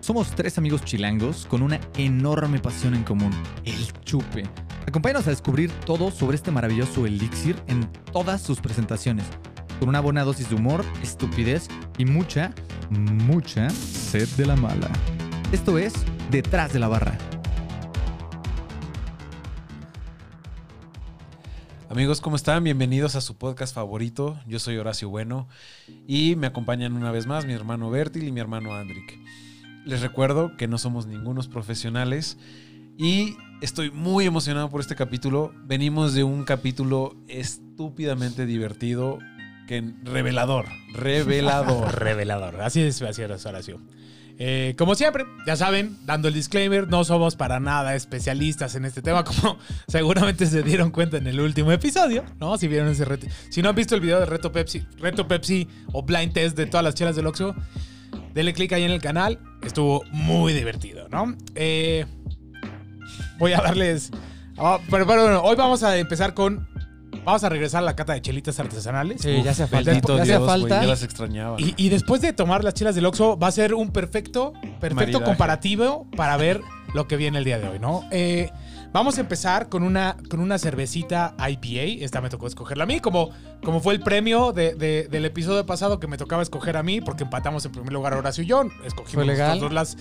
Somos tres amigos chilangos con una enorme pasión en común, el chupe. Acompáñanos a descubrir todo sobre este maravilloso elixir en todas sus presentaciones, con una buena dosis de humor, estupidez y mucha, mucha sed de la mala. Esto es Detrás de la Barra. Amigos, ¿cómo están? Bienvenidos a su podcast favorito. Yo soy Horacio Bueno y me acompañan una vez más mi hermano Bertil y mi hermano Andrick. Les recuerdo que no somos ningunos profesionales y estoy muy emocionado por este capítulo. Venimos de un capítulo estúpidamente divertido, que revelador, revelador. Revelador. Así es, así es, Horacio. Eh, como siempre, ya saben, dando el disclaimer, no somos para nada especialistas en este tema, como seguramente se dieron cuenta en el último episodio, ¿no? Si vieron ese reto. Si no han visto el video de Reto Pepsi, Reto Pepsi o Blind Test de todas las chelas del Oxxo, denle click ahí en el canal. Estuvo muy divertido, ¿no? Eh, voy a darles. ah, pero, pero bueno, hoy vamos a empezar con. Vamos a regresar a la cata de chelitas artesanales. Uf, ya hacía falta. bendito Ya hacía Dios, güey, falta. ya las extrañaba. Y, y después de tomar las chelas del Oxxo, va a ser un perfecto, perfecto Maridaje. comparativo para ver lo que viene el día de hoy, ¿no? Eh, vamos a empezar con una, con una cervecita IPA. Esta me tocó escogerla a mí, como, como fue el premio de- de- del episodio pasado que me tocaba escoger a mí, porque empatamos en primer lugar Horacio y yo. Escogimos Fue legal. nosotros las,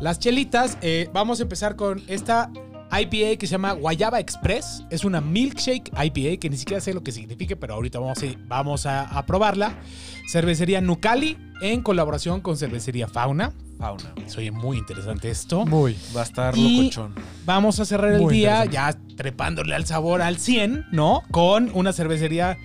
las chelitas. Eh, vamos a empezar con esta IPA que se llama Guayaba Express. Es una milkshake IPA que ni siquiera sé lo que signifique, pero ahorita vamos a, vamos a, a probarla. Cervecería Nucali en colaboración con Cervecería Fauna. Fauna. Se oye muy interesante esto. Muy. Va a estar Y- locochón. Vamos a cerrar el Muy día ya trepándole al sabor al 100, ¿no? Con una cervecería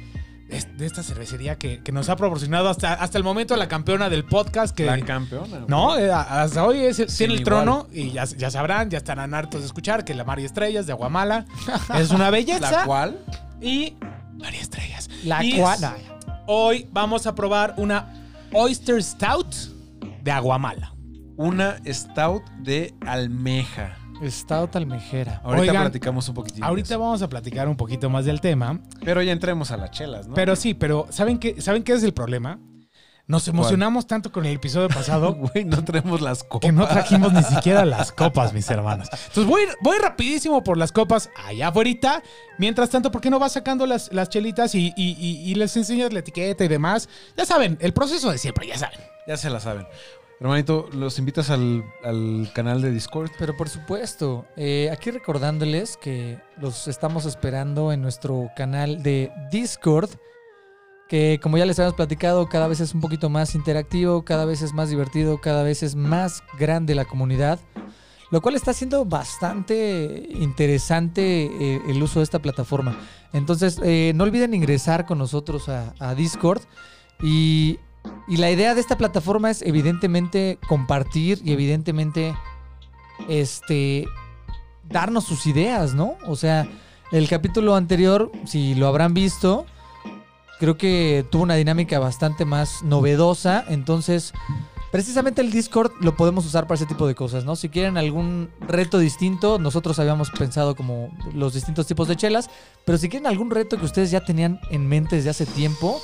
es- de esta cervecería que, que nos ha proporcionado hasta, hasta el momento la campeona del podcast que La campeona. güey. no, eh, a- hasta hoy es, tiene el igual. trono y ya, ya sabrán, ya estarán hartos de escuchar que la María Estrellas de Aguamala es una belleza. La cual Y María Estrellas. La Y cuana. Hoy vamos a probar una Oyster Stout de Aguamala. Una stout de almeja. Estado talmejera. Ahorita Oigan, platicamos un poquitín. de Ahorita eso. vamos a platicar un poquito más del tema. Pero ya entremos a las chelas, ¿no? Pero sí, pero ¿saben qué, ¿saben qué es el problema? Nos emocionamos tanto con el episodio pasado Güey, no traemos las copas. que no trajimos ni siquiera las copas, mis hermanos. Entonces voy, voy rapidísimo por las copas allá afuera. Mientras tanto, ¿por qué no vas sacando las, las chelitas y, y- y- y les enseñas la etiqueta y demás? Ya saben, el proceso de siempre, ya saben. Ya se la saben. Hermanito, los invitas al, al canal de Discord. Pero por supuesto, eh, aquí recordándoles que los estamos esperando en nuestro canal de Discord, que como ya les habíamos platicado, cada vez es un poquito más interactivo, cada vez es más divertido, cada vez es más grande la comunidad, lo cual está siendo bastante interesante eh, el uso de esta plataforma. Entonces, eh, no olviden ingresar con nosotros a, a Discord y... Y la idea de esta plataforma es evidentemente compartir y evidentemente este, darnos sus ideas, ¿no? O sea, el capítulo anterior, si lo habrán visto, creo que tuvo una dinámica bastante más novedosa, entonces... Precisamente el Discord lo podemos usar para ese tipo de cosas, ¿no? Si quieren algún reto distinto, nosotros habíamos pensado como los distintos tipos de chelas, pero si quieren algún reto que ustedes ya tenían en mente desde hace tiempo,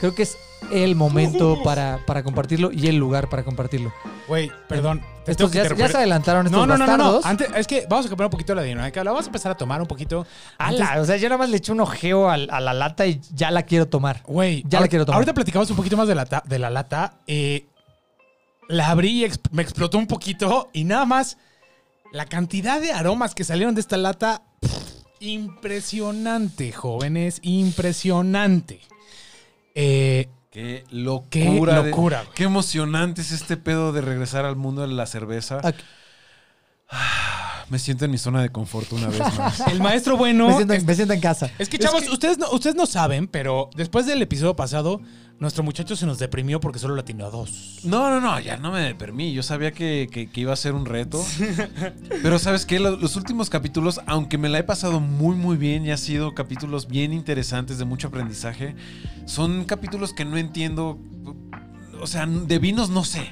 creo que es el momento para, para compartirlo y el lugar para compartirlo. Güey, perdón. te tengo Estos que ya, interrumpir. ya se adelantaron estos no, no, no, no, no. bastardos. Antes, es que vamos a cambiar un poquito la dinámica. La vamos a empezar a tomar un poquito. Antes- Ala, o sea, yo nada más le eché un ojeo al- a, la lata y ya la quiero tomar. Güey, Ya la ahor- quiero tomar. Ahorita platicamos un poquito más de la, ta- de la lata. Eh, la abrí y exp- me explotó un poquito y nada más la cantidad de aromas que salieron de esta lata. pff, Impresionante, jóvenes, impresionante. Eh, Qué locura. qué de- locura. güey. qué emocionante es este pedo de regresar al mundo de la cerveza. Ah. Ac- Me siento en mi zona de confort una vez más. El maestro bueno. me, siento, es, me siento en casa. es que, es chavos, que- Ustedes, no, ustedes no saben, pero después del episodio pasado, nuestro muchacho se nos deprimió porque solo latinó a dos. No, no, no, ya no me deprimí. Yo sabía que, que- que iba a ser un reto. Pero sabes qué, los, los últimos capítulos, aunque me la he pasado muy, muy bien y ha sido capítulos bien interesantes de mucho aprendizaje, son capítulos que no entiendo. O sea, de vinos no sé.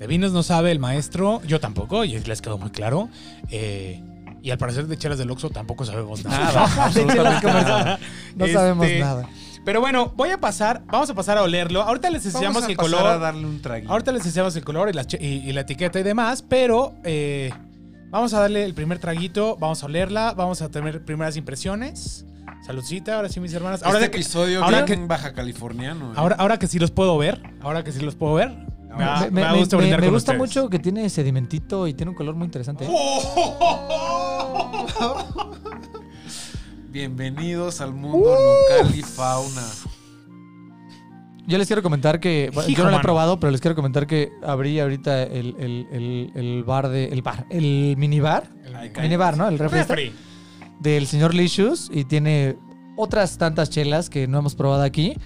De vinos no sabe el maestro, yo tampoco, y les quedó muy claro. Eh, y al parecer de chelas del Oxxo tampoco sabemos nada. De chelas comerciales. No Este, sabemos nada. Pero bueno, voy a pasar, vamos a pasar a olerlo. Ahorita les enseñamos Vamos a el pasar color. a darle un traguito. Ahorita les enseñamos el color y la, che- y, y la etiqueta y demás, pero eh, vamos a darle el primer traguito, vamos a olerla, vamos a tener primeras impresiones. Saludcita, ahora sí, mis hermanas. Ahora, este de que, episodio ahora bien baja californiano. eh. ahora, ahora que sí los puedo ver, ahora que sí los puedo ver, me, va- Me, me va a me- gusto me- brindar me con gusta ustedes. Oh. mucho que tiene sedimentito y tiene un color muy interesante. ¿eh? Bienvenidos al mundo local y fauna. Yo les quiero comentar que. bueno, Hijo, yo no lo he mano. probado, pero les quiero comentar que abrí ahorita el, el- el- el bar de. El bar. El minibar. Ay, cállate. Minibar, ¿no? El refri este, Refri. del señor Licious y tiene otras tantas chelas que no hemos probado aquí.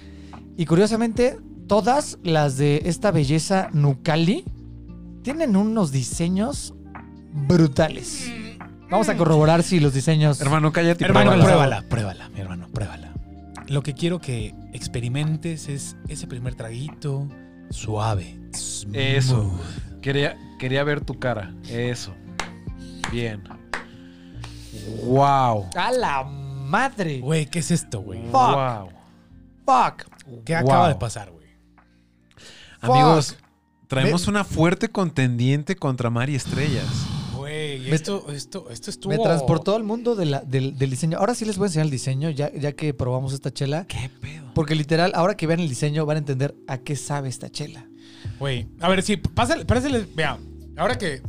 Y curiosamente, todas las de esta belleza Nucali tienen unos diseños brutales. Vamos a corroborar si los diseños. Hermano, cállate. y Hermano, pruébala. pruébala, pruébala, mi hermano, pruébala. Lo que quiero que experimentes es ese primer traguito suave. Eso. smooth. Quería, quería ver tu cara. Eso. Bien. Wow. ¡A la madre! Güey, ¿qué es esto, güey? Wow. ¡Fuck! ¿Qué Wow. acaba de pasar, güey? Amigos, traemos una fuerte contendiente contra Mari Estrellas. Güey, Me- esto, esto, esto estuvo. Me transportó al mundo de la- del, del diseño. Ahora sí les voy a enseñar el diseño, ya, ya que probamos esta chela. ¿Qué pedo? Porque literal, ahora que vean el diseño, van a entender a qué sabe esta chela. Güey, a ver, sí, pásale, pásale, vea, ahora que...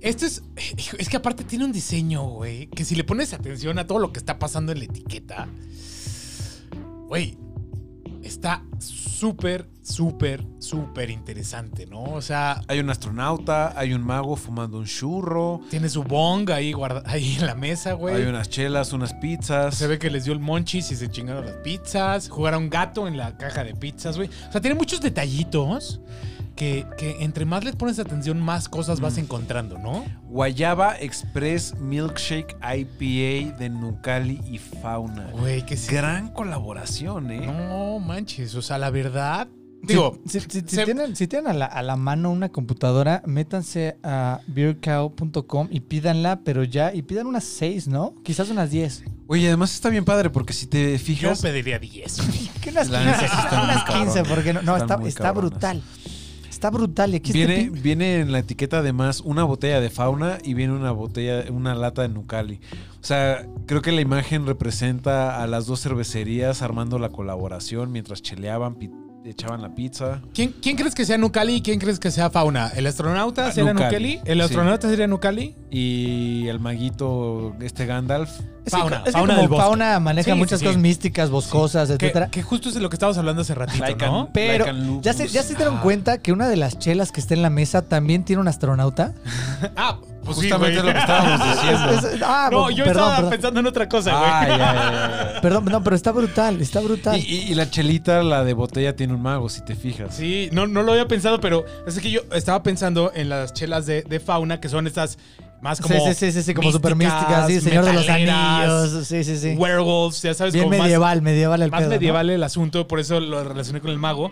Esto es... hijo, Es que aparte tiene un diseño, güey, que si le pones atención a todo lo que está pasando en la etiqueta... Güey, está súper, súper, súper interesante, ¿no? O sea, Hay un astronauta, hay un mago fumando un churro, tiene su bong ahí, guarda, ahí en la mesa, hay güey. unas chelas, unas pizzas. Se ve que les dio el monchis y se chingaron las pizzas. Jugaron gato en la caja de pizzas, güey. O sea, tiene muchos detallitos que, que entre más les pones atención, más cosas Mm. vas encontrando, ¿no? Guayaba Express Milkshake IPA de Nucali y Fauna. Güey, que sí. Gran colaboración, ¿eh? No manches, o sea, la verdad. Digo, si, si- si- si se- tienen, si tienen a, la, a la mano una computadora, métanse a beercow.com y pídanla, pero ya, y pidan unas 6, ¿no? Quizás unas 10. Oye, además está bien padre porque si te yo fijas, pediría 10. güey. ¿Qué unas La neta 15? sí están unas muy cabronas. 15, porque no, no, Están está, muy está cabronas. brutal. Está brutal. Y aquí este viene, pin- viene en la etiqueta además una botella de fauna y viene una botella, una lata de Nucali. O sea, creo que la imagen representa a las dos cervecerías armando la colaboración mientras cheleaban, pi- echaban la pizza. ¿Quién, quién crees que sea Nucali y quién crees que sea Fauna? ¿El astronauta Ah, sería Nucali, Nucali? ¿El sí. astronauta sería Nucali? Y el maguito, este Gandalf, es que- fauna, es que fauna como del bosque. fauna maneja Sí, sí, muchas sí. cosas místicas, boscosas, Que, etcétera. que justo es de lo que estábamos hablando hace ratito, Like ¿no? an- Pero like an ya se, ya se dieron lupus. cuenta que una de las chelas que está en la mesa también tiene un astronauta. Ah, pues sí, Justamente lo güey. que estábamos diciendo. Es- es- ah, No, bu- yo perdón, estaba perdón, pensando en otra cosa, güey. Ah, ya, ya, ya. Perdón, no, pero está brutal, está brutal. Y, y- y la chelita, la de botella, tiene un mago, si te fijas. Sí, no, no lo había pensado, pero es que yo estaba pensando en las chelas de, de fauna, que son estas más como. sí, sí, sí, sí, sí, como super místicas, sí, Señor de los metaleras, Anillos, sí, sí, sí. Werewolves, ya sabes, Bien como más- medieval, medieval el más, pedo, ¿no? medieval el asunto, por eso lo relacioné con el mago.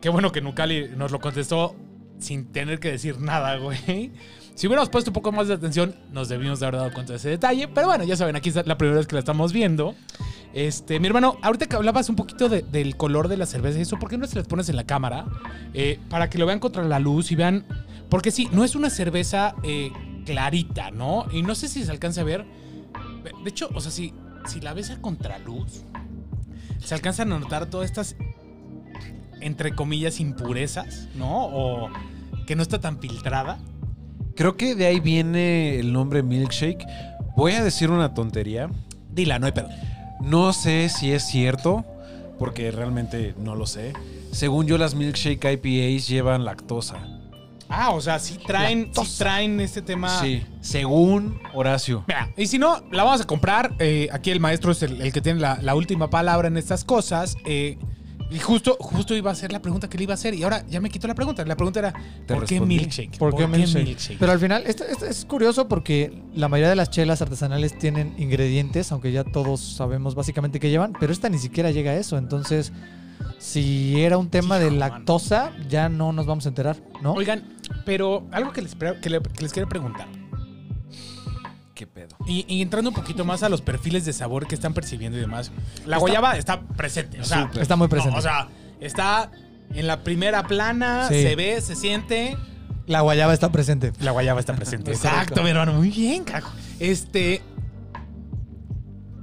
Qué bueno que Nucali nos lo contestó sin tener que decir nada, güey. Si hubiéramos puesto un poco más de atención, nos debimos de haber dado cuenta de ese detalle. Pero bueno, ya saben, aquí es la primera vez que la estamos viendo. Este, mi hermano, ahorita que hablabas un poquito de- del color de la cerveza y eso, ¿por qué no se las pones en la cámara? Eh, para que lo vean contra la luz y vean. Porque sí, no es una cerveza eh, clarita, ¿no? Y no sé si se alcanza a ver. De hecho, o sea, si, si la ves a contraluz, se alcanzan a notar todas estas, entre comillas, impurezas, ¿no? O que no está tan filtrada. Creo que de ahí viene el nombre Milkshake. Voy a decir una tontería. Dila, no hay pedo. No sé si es cierto, porque realmente no lo sé. Según yo, las Milkshake IPAs llevan lactosa. Ah, o sea, sí traen, sí traen este tema. Sí, según Horacio. Mira, y si no, la vamos a comprar. Eh, aquí el maestro es el, el que tiene la, la última palabra en estas cosas. Eh, y justo, justo iba a ser la pregunta que le iba a hacer. Y ahora ya me quitó la pregunta. La pregunta era, Te ¿por qué respondí. milkshake? ¿Por, qué milkshake? Pero al final, esto, esto es curioso porque la mayoría de las chelas artesanales tienen ingredientes, aunque ya todos sabemos básicamente qué llevan, pero esta ni siquiera llega a eso. Entonces, si era un tema de Hijo, mano. lactosa, ya no nos vamos a enterar, ¿no? Oigan, pero algo que les, pre- que le- que les quiero preguntar. qué pedo. Y, y entrando un poquito más a los perfiles de sabor que están percibiendo y demás, la guayaba está presente. O sea, Súper. Está muy presente. no, o sea, está en la primera plana, Sí. se ve, se siente. la guayaba está presente. La guayaba está presente. Es Exacto, correcto. mi hermano. Muy bien, carajo. Este.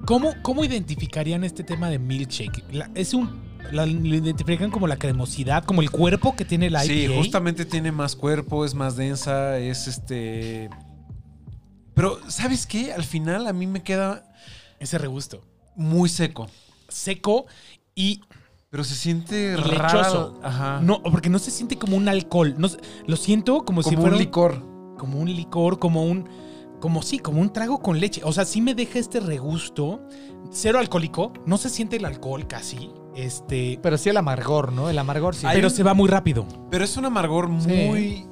¿Cómo, cómo identificarían este tema de milkshake? La- es un. la- lo identifican como la cremosidad, como el cuerpo que tiene la Sí, IPA. justamente tiene más cuerpo, es más densa, es este. Pero, ¿sabes qué? Al final a mí me queda Ese regusto. muy seco. Seco y Pero se siente lechoso. raro. Ajá. no, porque no se siente como un alcohol. No, se- lo siento como, como si fuera un un- licor. como un licor, como un. Como sí, como un trago con leche. O sea, sí me deja este regusto. Cero alcohólico. No se siente el alcohol casi. Este. Pero sí el amargor, ¿no? El amargor sí. Hay pero un- se va muy rápido. Pero es un amargor Sí. muy.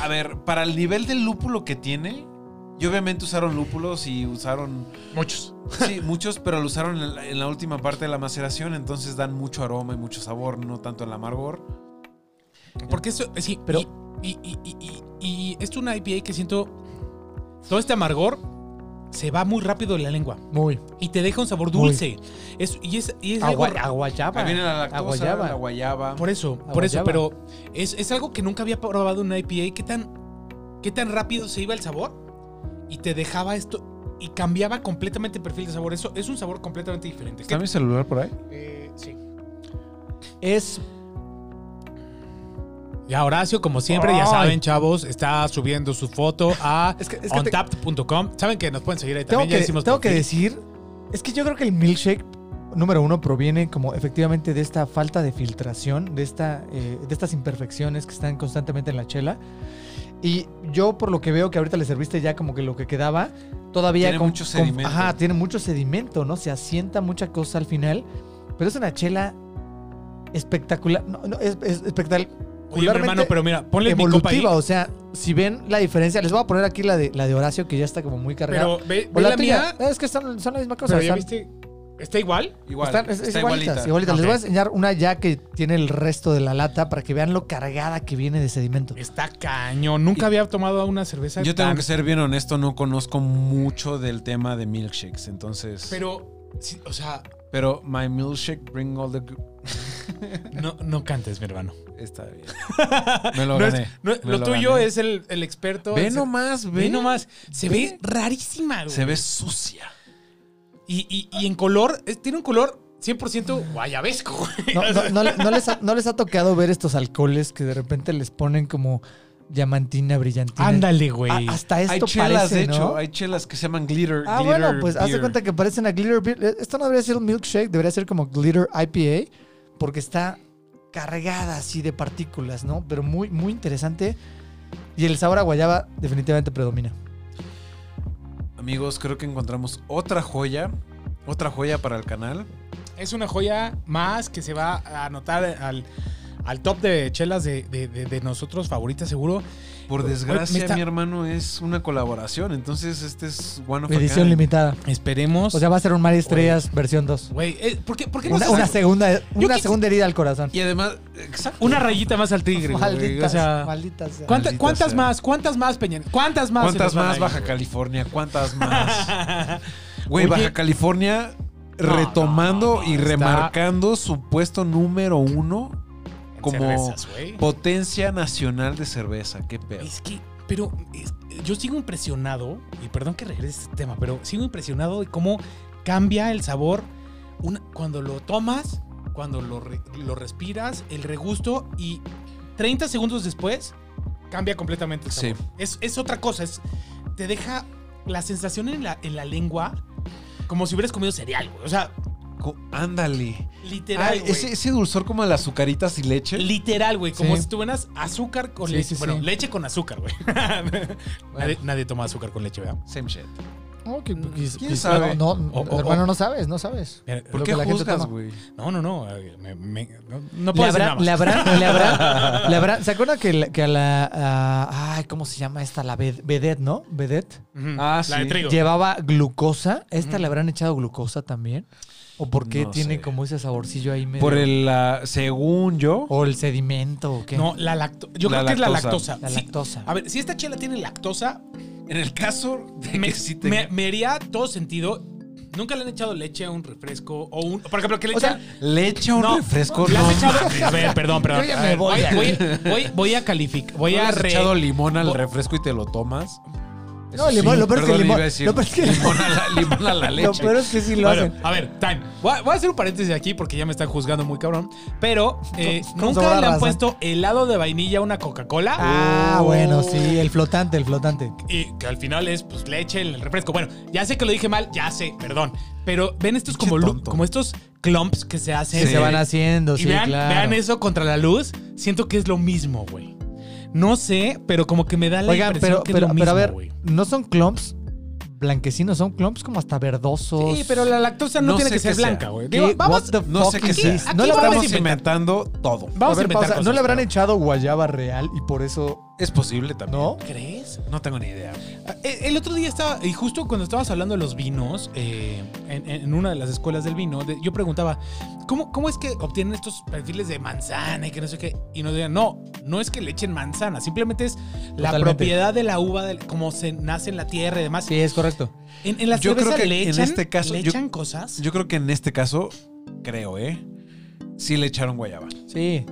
A ver, para el nivel del lúpulo que tiene. Y obviamente usaron lúpulos y usaron. Muchos. Sí, muchos, pero lo usaron en la, en la última parte de la maceración. Entonces dan mucho aroma y mucho sabor, no tanto el amargor. Porque eso, eh, sí, Pero- pero. Y, y, y- y- y- y es una IPA que siento. Todo este amargor se va muy rápido en la lengua. Muy. Y te deja un sabor Muy. dulce. Es, y es, y es algo Agua- aguayaba. Ahí viene la lactosa, Aguayaba. la guayaba. Ah, Por eso, por eso, Aguayaba. pero es, es algo que nunca había probado en una IPA. ¿Qué tan, ¿Qué tan rápido se iba el sabor? Y te dejaba esto y cambiaba completamente el perfil de sabor. Eso es un sabor completamente diferente. ¿Qué- celular por ahí? eh, sí. Es Ya Horacio, como siempre, ya Ay. saben, chavos, está subiendo su foto a Es que- es que te- ontapped.com. Saben que nos pueden seguir ahí Tengo, también. ya que, hicimos tengo que perfil. decir, es que yo creo que el milkshake número uno proviene como efectivamente de esta falta de filtración, de, esta, eh, de estas imperfecciones que están constantemente en la chela. Y yo por lo que veo que ahorita le serviste ya como que lo que quedaba, todavía... Tiene mucho sedimento. Ajá, tiene mucho sedimento, ¿no? Se asienta mucha cosa al final, pero es una chela espectacular. No, no, es, es espectacular. Oye, mi hermano, pero mira, ponle mi copa ahí. evolutiva, o sea, si ven la diferencia, les voy a poner aquí la de, la de Horacio que ya está como muy cargada. Pero ve, ve O la mía. Pues Es que son, son la misma cosa. Pero ya están- viste, está igual. Igual. están- es- está es igualitas, igualita. igualitas. Les Ok. voy a enseñar una ya que tiene el resto de la lata para que vean lo cargada que viene de sedimento. Está cañón. Nunca había tomado una cerveza. Yo tengo tan- que ser bien honesto, no conozco mucho del tema de milkshakes, entonces. Pero, sí, o sea, Pero my milkshake bring all the good. no, no cantes, mi hermano. Está bien. Me lo No es- gané. no- me lo, tuyo gané. es el, el experto. Ve el- nomás, ve. ve nomás. Se ve rarísima, güey. Se ve sucia. Y, y- y en color, es- tiene un color 100% guayabesco, güey. No, no- no le- no les ha, no les ha tocado ver estos alcoholes que de repente les ponen como diamantina, brillantina. Ándale, güey. A- hasta Hay esto chelas, parece, de ¿no? hecho. Hay chelas que se llaman glitter. Ah, glitter bueno, pues haz de beer. cuenta que parecen a glitter beer. Eh, Esto no debería ser un milkshake, debería ser como glitter IPA, porque está cargada así de partículas, ¿no? Pero muy, muy interesante. Y el sabor a guayaba definitivamente predomina. Amigos, creo que encontramos otra joya. Otra joya para el canal. Es una joya más que se va a anotar al, al top de chelas de, de- de- de nosotros favoritas, seguro. Por Oye, me desgracia, está- mi hermano es una colaboración. Entonces, este es One of a Edición kind. limitada. Esperemos. O sea, va a ser un Mar Estrellas versión 2. güey, eh, ¿por qué, por qué no Una, se- una segunda, una quis- segunda herida al corazón. Y además, exacto. una rayita más al tigre, güey. Maldita, O sea, maldita sea. ¿cuánta- Maldita ¿cuántas sea. más? ¿Cuántas más, Peña? ¿Cuántas más? se ¿Cuántas nos van más a ir, Baja güey? California? ¿Cuántas más? Güey, Oye. Baja California No, retomando no, no, y está- remarcando su puesto número uno En Como- cervezas, güey. Potencia nacional de cerveza, qué pedo. Es que, pero es- yo sigo impresionado, y perdón que regrese a este tema, pero sigo impresionado de cómo cambia el sabor una- cuando lo tomas, cuando lo, re- lo respiras, el regusto, y 30 segundos después cambia completamente el sabor. Sí. Es, es otra cosa, es, te deja la sensación en la, en la lengua como si hubieras comido cereal, güey. O sea, Co- Ándale. literal, Ay, güey. ese, ese dulzor como de las azucaritas y leche. Literal, güey. Como Sí. si tuvieras azúcar con Sí, leche. sí, bueno, sí. leche con azúcar, güey. nadie, nadie toma azúcar con leche, ¿verdad? Same shit. No, que- quis- ¿Quién quis- sabe? pues, No, no, Mm, O- o- hermano, no sabes, no sabes. Mira, ¿Por Lo qué que la gente juzgas, toma. güey? Eh, No, no, no. eh, me- me- no, no Le puedo decir nada habrán, más. le habrán, le habrán, le habrán- ¿Se acuerdan que, la- que a la. ah, ay, ¿cómo se llama esta? La ved- vedette, ¿no? Vedette. Ujú. Ah, La de sí. trigo. Llevaba glucosa. ¿A esta Ujú. le habrán echado glucosa también? ¿O por qué No tiene sé. como ese saborcillo ahí medio? Por el, ah, según yo, ¿O el sedimento o qué? No, la lactosa. Yo La creo que es la lactosa. lactosa. La Sí. lactosa. A ver, si esta chela tiene lactosa, En el caso de Me, que sí te- me- me haría todo sentido. Nunca le han echado leche a un refresco o un. Por ejemplo, que le O sea, echan. Le echa un No, refresco. ¿le has no echado- mames. A ver, perdón, perdón. Yo ya A me ver, voy. voy, voy- voy a calificar. Voy ¿No le a has re- echado limón al voy- refresco y te lo tomas? No, limón, lo peor es que perdón, limón- iba a decir lo peor es que- limón a la, limón a la Lo leche. peor es que sí lo Bueno, hacen. a ver, time. Voy a, voy a hacer un paréntesis aquí porque ya me están juzgando muy cabrón. Pero eh, Con- con nunca sobrada le han razón. puesto helado de vainilla a una Coca-Cola. Uh. Ah, Oh. bueno, sí, el flotante, el flotante. Y que al final es pues leche en el refresco. Bueno, ya sé que lo dije mal, ya sé, perdón. Pero ven estos como, lu- tonto. como estos clumps que se hacen. Que se eh, van haciendo, Y sí, vean, claro. vean eso contra la luz. Siento que es lo mismo, güey. No sé, pero como que me da la Oigan, impresión pero, que pero, es lo pero a mismo, ver, güey. no son clumps blanquecinos, son clumps como hasta verdosos. Sí, pero la lactosa no, No tiene sé que ser qué sea. blanca, güey. pues, ¿Qué? Digo, Vamos, What the No sé fuck qué is sea. this? Aquí No le habrán, vamos Estamos a inventar. inventando todo. vamos a a, ver, inventar pausa, cosas, ¿no le habrán pero- echado guayaba real y por eso Es posible también. no? ¿Crees? No tengo ni idea. Ah, El, el otro día estaba, y justo cuando estabas hablando de los vinos, eh, en, en una de las escuelas del vino, de- yo preguntaba, ¿cómo, ¿cómo es que obtienen estos perfiles de manzana y que no sé qué? Y nos decían, no, no es que le echen manzana, simplemente es la Totalmente. propiedad de la uva, del- cómo se nace en la tierra y demás. Sí, es correcto. En, en las Yo creo cervezas que le en echan, este caso, ¿le yo- echan cosas. Yo creo que en este caso, creo, ¿eh? Sí le echaron guayaba. Sí.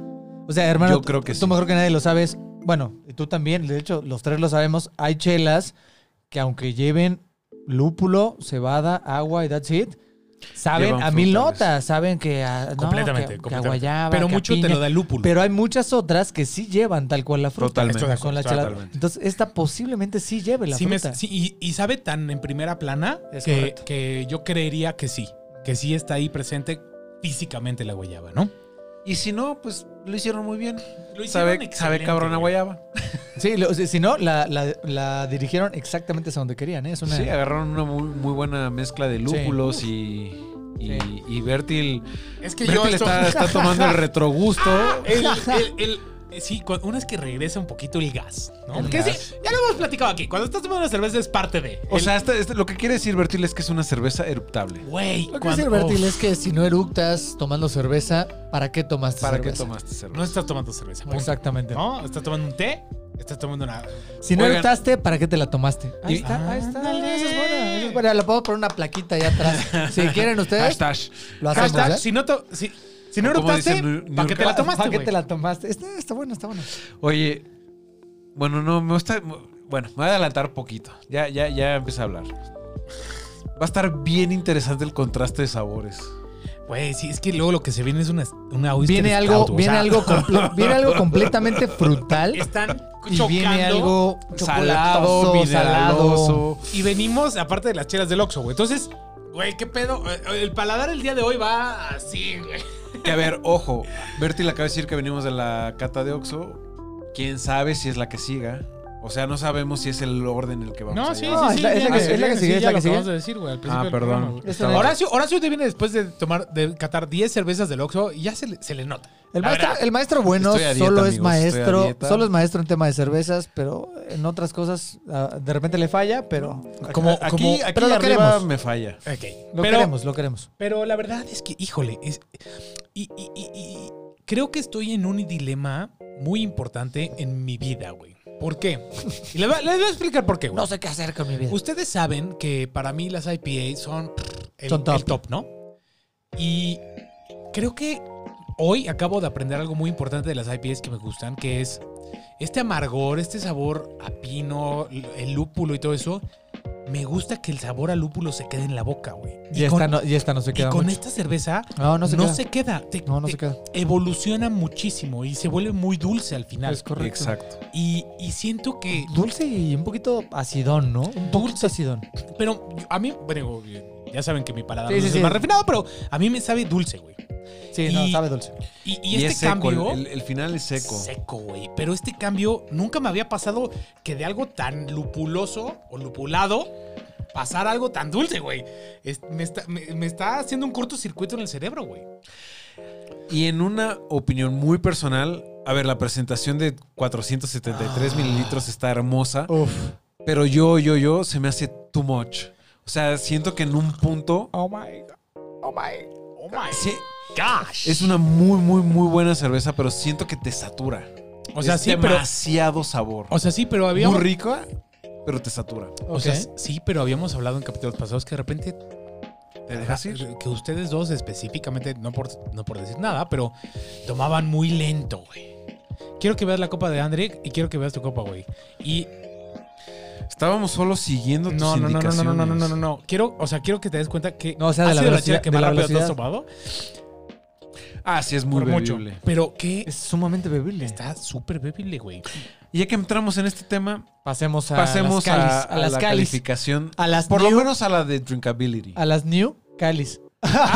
O sea, hermano, Yo creo que tú sí. mejor que nadie lo sabes. Bueno, y tú también, de hecho, los tres lo sabemos. Hay chelas que aunque lleven lúpulo, cebada, agua y that's it, saben Llevan a mil frutales. notas, saben que a, no, Completamente, que- que a completamente. guayaba, pero que a mucho te piña. lo da el lúpulo. Pero hay muchas otras que sí llevan tal cual la fruta. Totalmente. Como son las chelas. Totalmente. Entonces, esta posiblemente sí lleve la Sí me- fruta. sí, y, y sabe tan en primera plana Es que, correcto. que yo creería que sí, que sí está ahí presente físicamente la guayaba, ¿no? Y si no, pues lo hicieron muy bien. Lo hicieron Sabe, sabe excelente, cabrón a güey. guayaba. Sí, lo- si si no, la, la- la dirigieron exactamente hacia donde querían. ¿eh? Es una... Sí, agarraron una muy, muy buena mezcla de lúpulos y, y, Sí. y Bertil, Es que yo Bertil esto- está, está tomando el retrogusto. el- el- el- eh, sí, cu- una es que regresa un poquito el gas, ¿no? El Que gas. sí, ya lo hemos platicado aquí. Cuando estás tomando una cerveza es parte de. O El- sea, este- este- lo que quiere decir Bertil es que es una cerveza eruptable. güey, Lo que cuando- dice Bertil uf, es que si no eructas tomando cerveza, ¿para qué tomaste ¿Para qué cerveza? tomaste cerveza? no estás tomando cerveza. punto, Exactamente. ¿No? Estás tomando un té, estás tomando una. Si no Oigan. eructaste, ¿para qué te la tomaste? Ahí Y- está, ahí está. Ándale. Esa es buena, esa es buena. La puedo poner una plaquita allá atrás. Si quieren ustedes, Hashtag. lo hacemos. Hashtag, ¿eh? si no, to- si, si no ¿Cómo eructaste, dice New- ¿para qué te la Newcastle? tomaste? ¿Para qué güey? te la tomaste? Está, está bueno, está bueno. Oye, bueno, no, me gusta. Bueno, me voy a adelantar poquito. Ya, ya, ya empecé a hablar. Va a estar bien interesante el contraste de sabores. Güey, sí, es que luego lo que se viene es una, una oyster Viene stout, algo, o sea, viene, algo comple- viene algo completamente frutal Están y chocando. viene algo Salado, chocolatoso, salado. mineraloso. Y venimos, aparte de las chelas del Oxxo, güey. Entonces, güey, qué pedo. Eh, El paladar el día de hoy va así, güey. Que a ver, ojo, Bertil acaba de decir que venimos de la cata de Oxo. Quién sabe si es la que siga. O sea, no sabemos si es el orden en el que vamos. a llegar. sí, No, sí, es la- es la que- es la que sigue, es la que sigue. decir, güey, al Ah, perdón. del programa, güey. Eso no Estaba- Horacio, Horacio te viene después de tomar, de catar 10 cervezas del Oxxo y ya se le, se le nota. El La maestro, verdad. el maestro bueno Estoy a dieta, solo es amigos, estoy a maestro, dieta. solo es maestro en tema de cervezas, pero en otras cosas ah, de repente le falla, pero Como- aquí, como- aquí pero lo arriba queremos. me falla. Ok. lo pero, queremos, lo queremos. pero la verdad es que, híjole, es- y, y- y- y- creo que estoy en un dilema muy importante en mi vida, güey. ¿Por qué? Y les, voy- les voy a explicar por qué, güey. No sé qué hacer con mi vida. Ustedes saben que para mí las IPA son pff, el, Son top. el top, ¿no? Y creo que hoy acabo de aprender algo muy importante de las IPAs que me gustan, que es este amargor, este sabor a pino, el lúpulo y todo eso. Me gusta que el sabor a lúpulo se quede en la boca, güey. Y, esta, no, y esta no se y queda con mucho. esta cerveza este No, no no se se no queda. queda. Se queda. Te- no, no se te- queda. Evoluciona muchísimo y se vuelve muy dulce al final. Es correcto. Exacto. Y, y siento que Dulce y un poquito acidón, ¿no? Un poquito acidón. Pero yo- a mí, bueno, eh, ya saben que mi paladar Sí, no sí, es sí. el más refinado, pero a mí me sabe dulce, güey. Sí, Y- no, sabe dulce. Y, Y, y este es seco, cambio. el, el final es seco. Seco, güey. Pero este cambio nunca me había pasado que de algo tan lupuloso o lupulado pasar algo tan dulce, güey. Es- me, está, me- me está haciendo un cortocircuito en el cerebro, güey. Y en una opinión muy personal, a ver, la presentación de 473 mililitros está hermosa, Uf. pero yo, yo, yo, se me hace too much. O sea, siento que en un punto Oh my god. Oh my. Oh my sí, gosh. es una muy, muy, muy buena cerveza, pero siento que te satura. o sea, Es sí, pero. demasiado sabor. O sea, sí, pero había. muy rico, pero te satura. O sea, sí, pero habíamos hablado en capítulos pasados que de repente ¿Te dejas ir? que ustedes dos específicamente, no por, no por decir nada, pero tomaban muy lento, güey. Quiero que veas la copa de Andrick y quiero que veas tu copa, güey. Y Estábamos solo siguiendo tus no, no, no, no, no, no, no, no, no, no, indicaciones. no. Quiero, o sea, quiero que te des cuenta que No, o sea, de ha la sido velocidad- chela que de más la rápido te has velocidad. tomado. Ah, sí, es muy por mucho. bebible. Pero que Es sumamente bebible. está súper bebible, güey. Y ya que entramos en este tema, Pasemos a pasemos las calis. a, A, a las la calis. calificación. A las Por new, lo menos a la de drinkability. A las new calis. me, van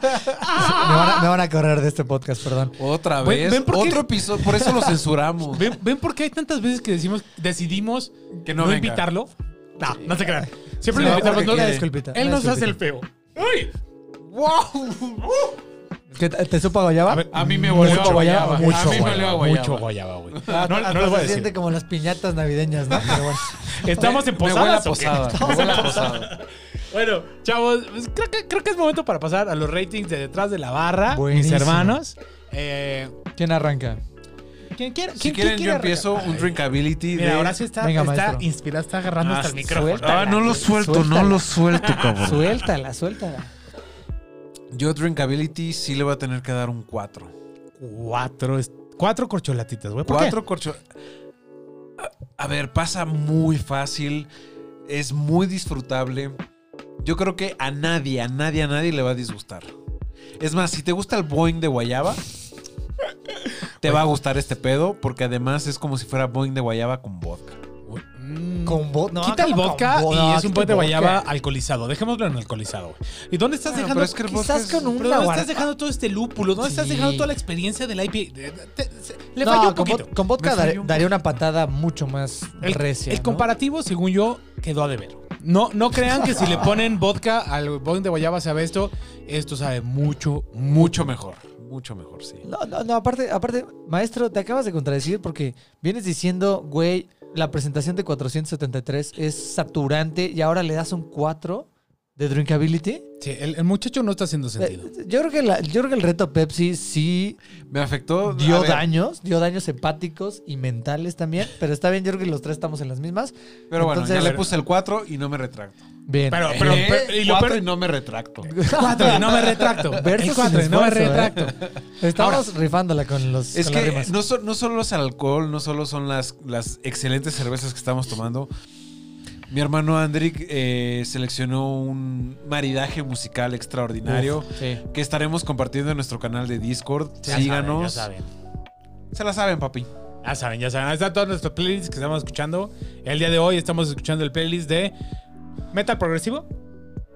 a, me van a correr de este podcast, perdón. Otra Ven- vez, ven por qué- otro episodio, por eso lo censuramos. ¿Ven, ven por qué hay tantas veces que decimos, decidimos que no, venga. invitarlo? No, no se crean. Siempre Sí, lo invitamos. porque No, quiere. disculpita, él una nos hace el disculpita. feo. ¡Ay! ¿Qué te, te supo a guayaba? A ver, a mí me volvió Mucho a guayaba. guayaba. Ah, a mí me guayaba. volvió a guayaba. Mucho guayaba, güey. No, no Hasta lo voy a se siente decir. como las piñatas navideñas, ¿no? Pero bueno. Estamos en pues. Me huele a posadas. ¿o qué? posada. Me huele a posada. Bueno, chavos, pues, creo, que, creo que es momento para pasar a los ratings de detrás de la barra. Mis Buenísimo. hermanos. Eh, ¿Quién arranca? ¿Quién quiere? Si quién- quién quieren, quiere yo empiezo arrancar? un drinkability de. Mira, ahora sí está, Venga, está maestro. inspirado, está agarrando hasta el Ah, micrófono. suelta. Ah, no lo suelto, Suéltala. no lo suelto, cabrón. Suéltala, suéltala. Yo drinkability sí le voy a tener que dar un 4. Cuatro, es- cuatro corcholatitas, güey. ¿Por qué? 4 corcho. A, a ver, pasa muy fácil. Es muy disfrutable. Yo creo que a nadie, a nadie, a nadie le va a disgustar. Es más, si te gusta el Boeing de Guayaba, te va a gustar este pedo, porque además es como si fuera Boeing de Guayaba con vodka. Mm, Con vo- no, quita el ¿cómo vodka con vo- y no, es un quita puente de el guayaba vodka. alcoholizado. Dejémoslo en alcoholizado, güey. ¿Y dónde estás Bueno, dejando? pero es que el vodka Quizás es- con un pero ¿dónde guarda- estás dejando todo este lúpulo? ¿Dónde estás Sí. dejando toda la experiencia del IP? Te- te- se- Le No, falló un con, poquito. vo- con vodka Me falló dar- un daría una patada mucho más El, recia. el ¿no? comparativo, según yo, quedó a deber. No, no crean que si le ponen vodka al boing de guayaba sabe esto. Esto sabe mucho, Mucho mucho mejor. mejor, mucho mejor, sí. No, no, no, aparte, aparte, maestro, te acabas de contradecir porque vienes diciendo, güey, la presentación de 473 es saturante y ahora le das un 4 de drinkability. Sí, el, el muchacho no está haciendo sentido. Eh, Yo creo, que la- yo creo que el reto Pepsi sí Me Oh, afectó. a dio ver, daños, dio daños hepáticos y mentales también, pero está bien, yo creo que los tres estamos en las mismas. Pero bueno, Entonces- ya le puse el 4 y no me retracto. Bien. Pero, pero, Eh, pero- y lo cuatro peor- y no me retracto. Cuatro, y no me retracto. Verso El cuatro, sin y no me esfuerzo, ¿eh? retracto. Estamos rifándola con los Es con las que rimas. no, so- no solo es alcohol, no solo son las, las excelentes cervezas que estamos tomando. Mi hermano Andrick eh, seleccionó un maridaje musical extraordinario Sí. que estaremos compartiendo en nuestro canal de Discord. Ya Síganos. saben, ya saben. Se la saben, papi. Ya saben, ya saben. Ahí están todos nuestros playlists que estamos escuchando. El día de hoy estamos escuchando el playlist de Metal Progresivo.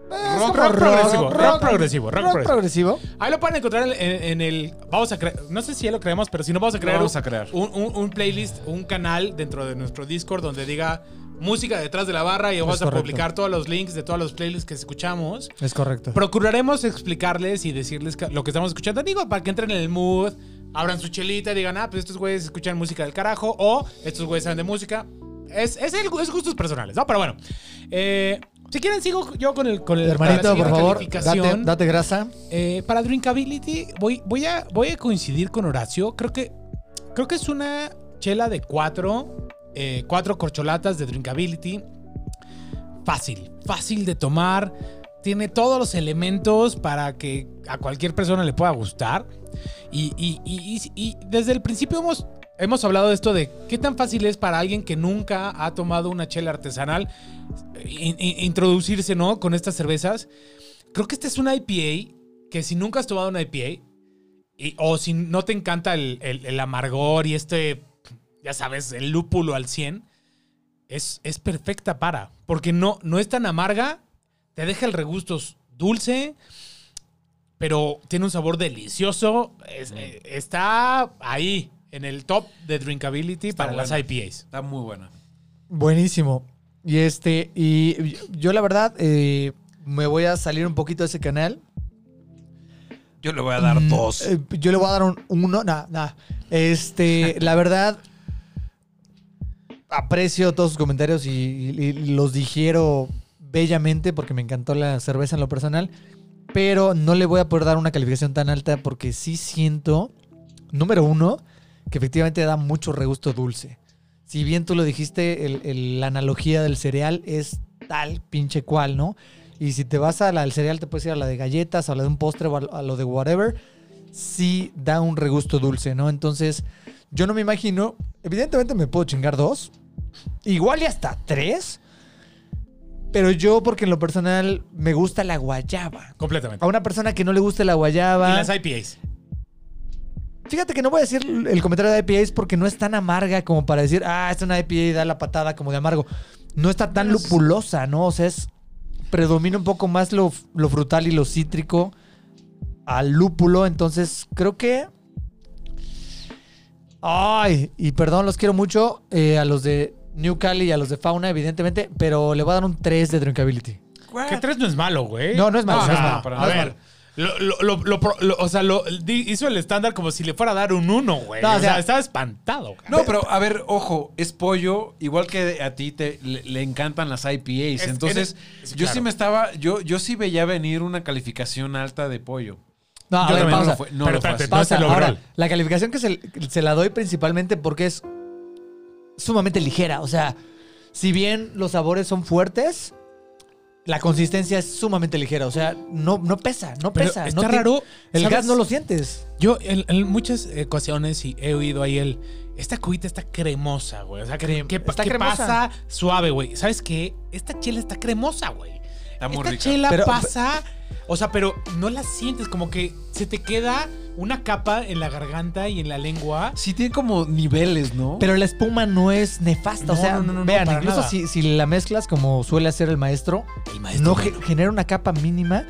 como Rock, rock progresivo, rock, rock, rock, progresivo, rock, Rock progresivo. progresivo. Ahí lo pueden encontrar en, en el. Vamos a crear. No sé si ya lo creemos, pero si no, vamos a crear, vamos a crear. Un, un- un playlist, un canal dentro de nuestro Discord donde diga música detrás de la barra y vamos a correcto. publicar todos los links de todos los playlists que escuchamos. Es correcto. Procuraremos explicarles y decirles ca- lo que estamos escuchando. Digo, para que entren en el mood, abran su chelita y digan, ah, pues estos güeyes escuchan música del carajo o estos güeyes saben de música. Es, es, el, es gustos personales, ¿no? Pero bueno. eh, si quieren, sigo yo con el. Con el Hermanito, con la por favor, calificación. date, date grasa. Eh, para Drinkability voy, voy, a, voy a coincidir con Horacio. Creo que, creo que es una chela de cuatro, eh, cuatro corcholatas de Drinkability. Fácil, fácil de tomar. Tiene todos los elementos para que a cualquier persona le pueda gustar. Y, y- y- y- y desde el principio hemos, hemos hablado de esto de qué tan fácil es para alguien que nunca ha tomado una chela artesanal in- in- introducirse, ¿no? Con estas cervezas. Creo que esta es una IPA que si nunca has tomado una IPA y- o si no te encanta el, el- el amargor y este, ya sabes, el lúpulo al 100, es, es perfecta para. Porque no, no es tan amarga, te deja el regusto s- dulce, pero tiene un sabor delicioso. es- eh, está ahí, en el top de drinkability Está para las buena. IPAs. Está muy buena. Buenísimo. Y este, y yo la verdad eh, me voy a salir un poquito de ese canal. Yo le voy a dar Mm, dos. eh, yo le voy a dar un uno, nada, nada. Este, la verdad, aprecio todos sus comentarios y, y- y los digiero bellamente porque me encantó la cerveza en lo personal. Pero no le voy a poder dar una calificación tan alta porque sí siento, número uno, que efectivamente da mucho regusto dulce. si bien tú lo dijiste, el- el- la analogía del cereal es tal pinche cual, ¿no? Y si te vas a la del cereal, te puedes ir a la de galletas, a la de un postre o a, a lo de whatever. Sí da un regusto dulce, ¿no? Entonces, yo no me imagino. Evidentemente me puedo chingar dos. Igual y hasta tres. Pero yo, porque en lo personal, me gusta la guayaba. Completamente. A una persona que no le guste la guayaba. Y las IPAs. Fíjate que no voy a decir el comentario de IPAs porque no es tan amarga como para decir, ah, es una IPA y da la patada como de amargo. No está tan Es- lupulosa, ¿no? O sea, es, predomina un poco más lo, lo frutal y lo cítrico al lúpulo. Entonces, creo que. Ay, y perdón, los quiero mucho eh, a los de New Cali y a los de Fauna, evidentemente, pero le voy a dar un 3 de drinkability. Que tres no es malo, güey. No, no es malo, no es malo, para no nada. es a ver. Lo, lo- lo- lo pro- lo- o sea, lo, di- hizo el estándar como si le fuera a dar un uno, güey. No, o o, sea, sea, estaba espantado. güey. No, pero a ver, ojo, es pollo, igual que a ti te le, le encantan las IPAs. Es- Entonces, eres- es- yo sí claro. me estaba, yo, yo sí veía venir una calificación alta de pollo. No, a Yo ver, también, pausa. no fue- no Pero lo fue espérate, así. no Pausa. se logró. Ahora, la calificación que se, se la doy principalmente porque es sumamente ligera. O sea, si bien los sabores son fuertes, la consistencia es sumamente ligera. O sea, no, no pesa, no Pero pesa. está no te- raro. El ¿sabes? gas no lo sientes. Yo en, en muchas ocasiones y he oído ahí el. Esta cubita está cremosa, güey. O sea, que, Crem- que pa- está que cremosa. pasa suave, güey. ¿Sabes qué? Esta chela está cremosa, güey. Está muy Esta rica. chela Pero- pasa. O sea, pero no la sientes, como que se te queda una capa en la garganta y en la lengua. Sí tiene como niveles, ¿no? Pero la espuma no es nefasta. o No, sea, no, no, no, vean, para incluso nada. si, si la mezclas como suele hacer el maestro, El no ge- genera una capa mínima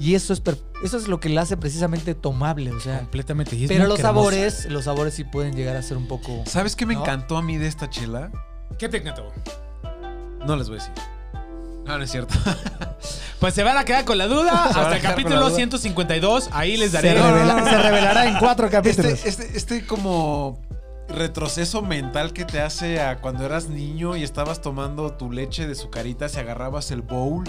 y eso es, per- eso es lo que la hace precisamente tomable. O sea, Completamente. y es pero muy los cremosa. sabores, los sabores sí pueden llegar a ser un poco. ¿Sabes qué me ¿No? encantó a mí de esta chela? ¿Qué te encantó? No les voy a decir. No, no es cierto. Pues se van a quedar con la duda van a hasta quedar con el la capítulo duda. 152. Ahí les daré. Se, No, no, revela- no, no. se revelará en cuatro capítulos. eh, Este, este, este como retroceso mental que te hace a cuando eras niño y estabas tomando tu leche de su carita, si agarrabas el bowl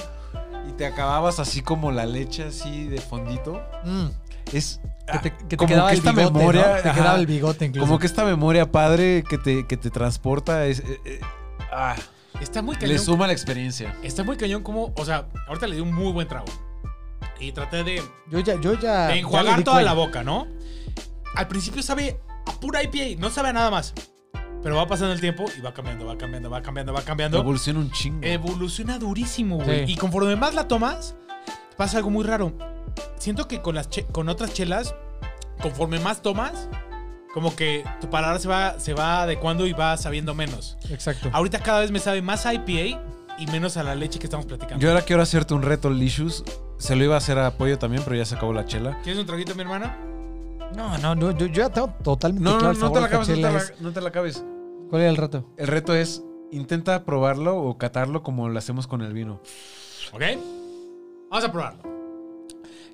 y te acababas así como la leche así de fondito. Mm, Es que te, ah, que te quedaba el bigote, ¿no? Te ajá, quedaba el bigote incluso. como que esta memoria padre que te, que te transporta es, eh, eh, ah, Está muy le cañón. suma la experiencia. Está muy cañón como, o sea, ahorita le di un muy buen trago. Y traté de, Yo ya, yo Ah, ya... de ya le enjuagar di toda cuello. la boca, ¿no? Al principio sabe a pura IPA, no sabe a nada más. Pero va pasando el tiempo y va cambiando, va cambiando, va cambiando, va cambiando. Evoluciona un chingo. Eh, Evoluciona durísimo, güey. Sí. Y conforme más la tomas, pasa algo muy raro. Siento que con, las che- con otras chelas, conforme más tomas, como que tu paladar se va, se va adecuando y va sabiendo menos. Exacto. Ahorita cada vez me sabe más a IPA y menos a la leche que estamos platicando. Yo ahora quiero hacerte un reto, Lishus. Se lo iba a hacer a Pollo también, pero ya se acabó la chela. ¿Quieres un traguito, mi hermana? No, no, no, yo, yo ya tengo totalmente No, claro no, el no sabor te la acabes, de esta no te chela la, es- no te la acabes. ¿Cuál era el rato? El reto es, intenta probarlo o catarlo como lo hacemos con el vino. ¿Ok? Vamos a probarlo.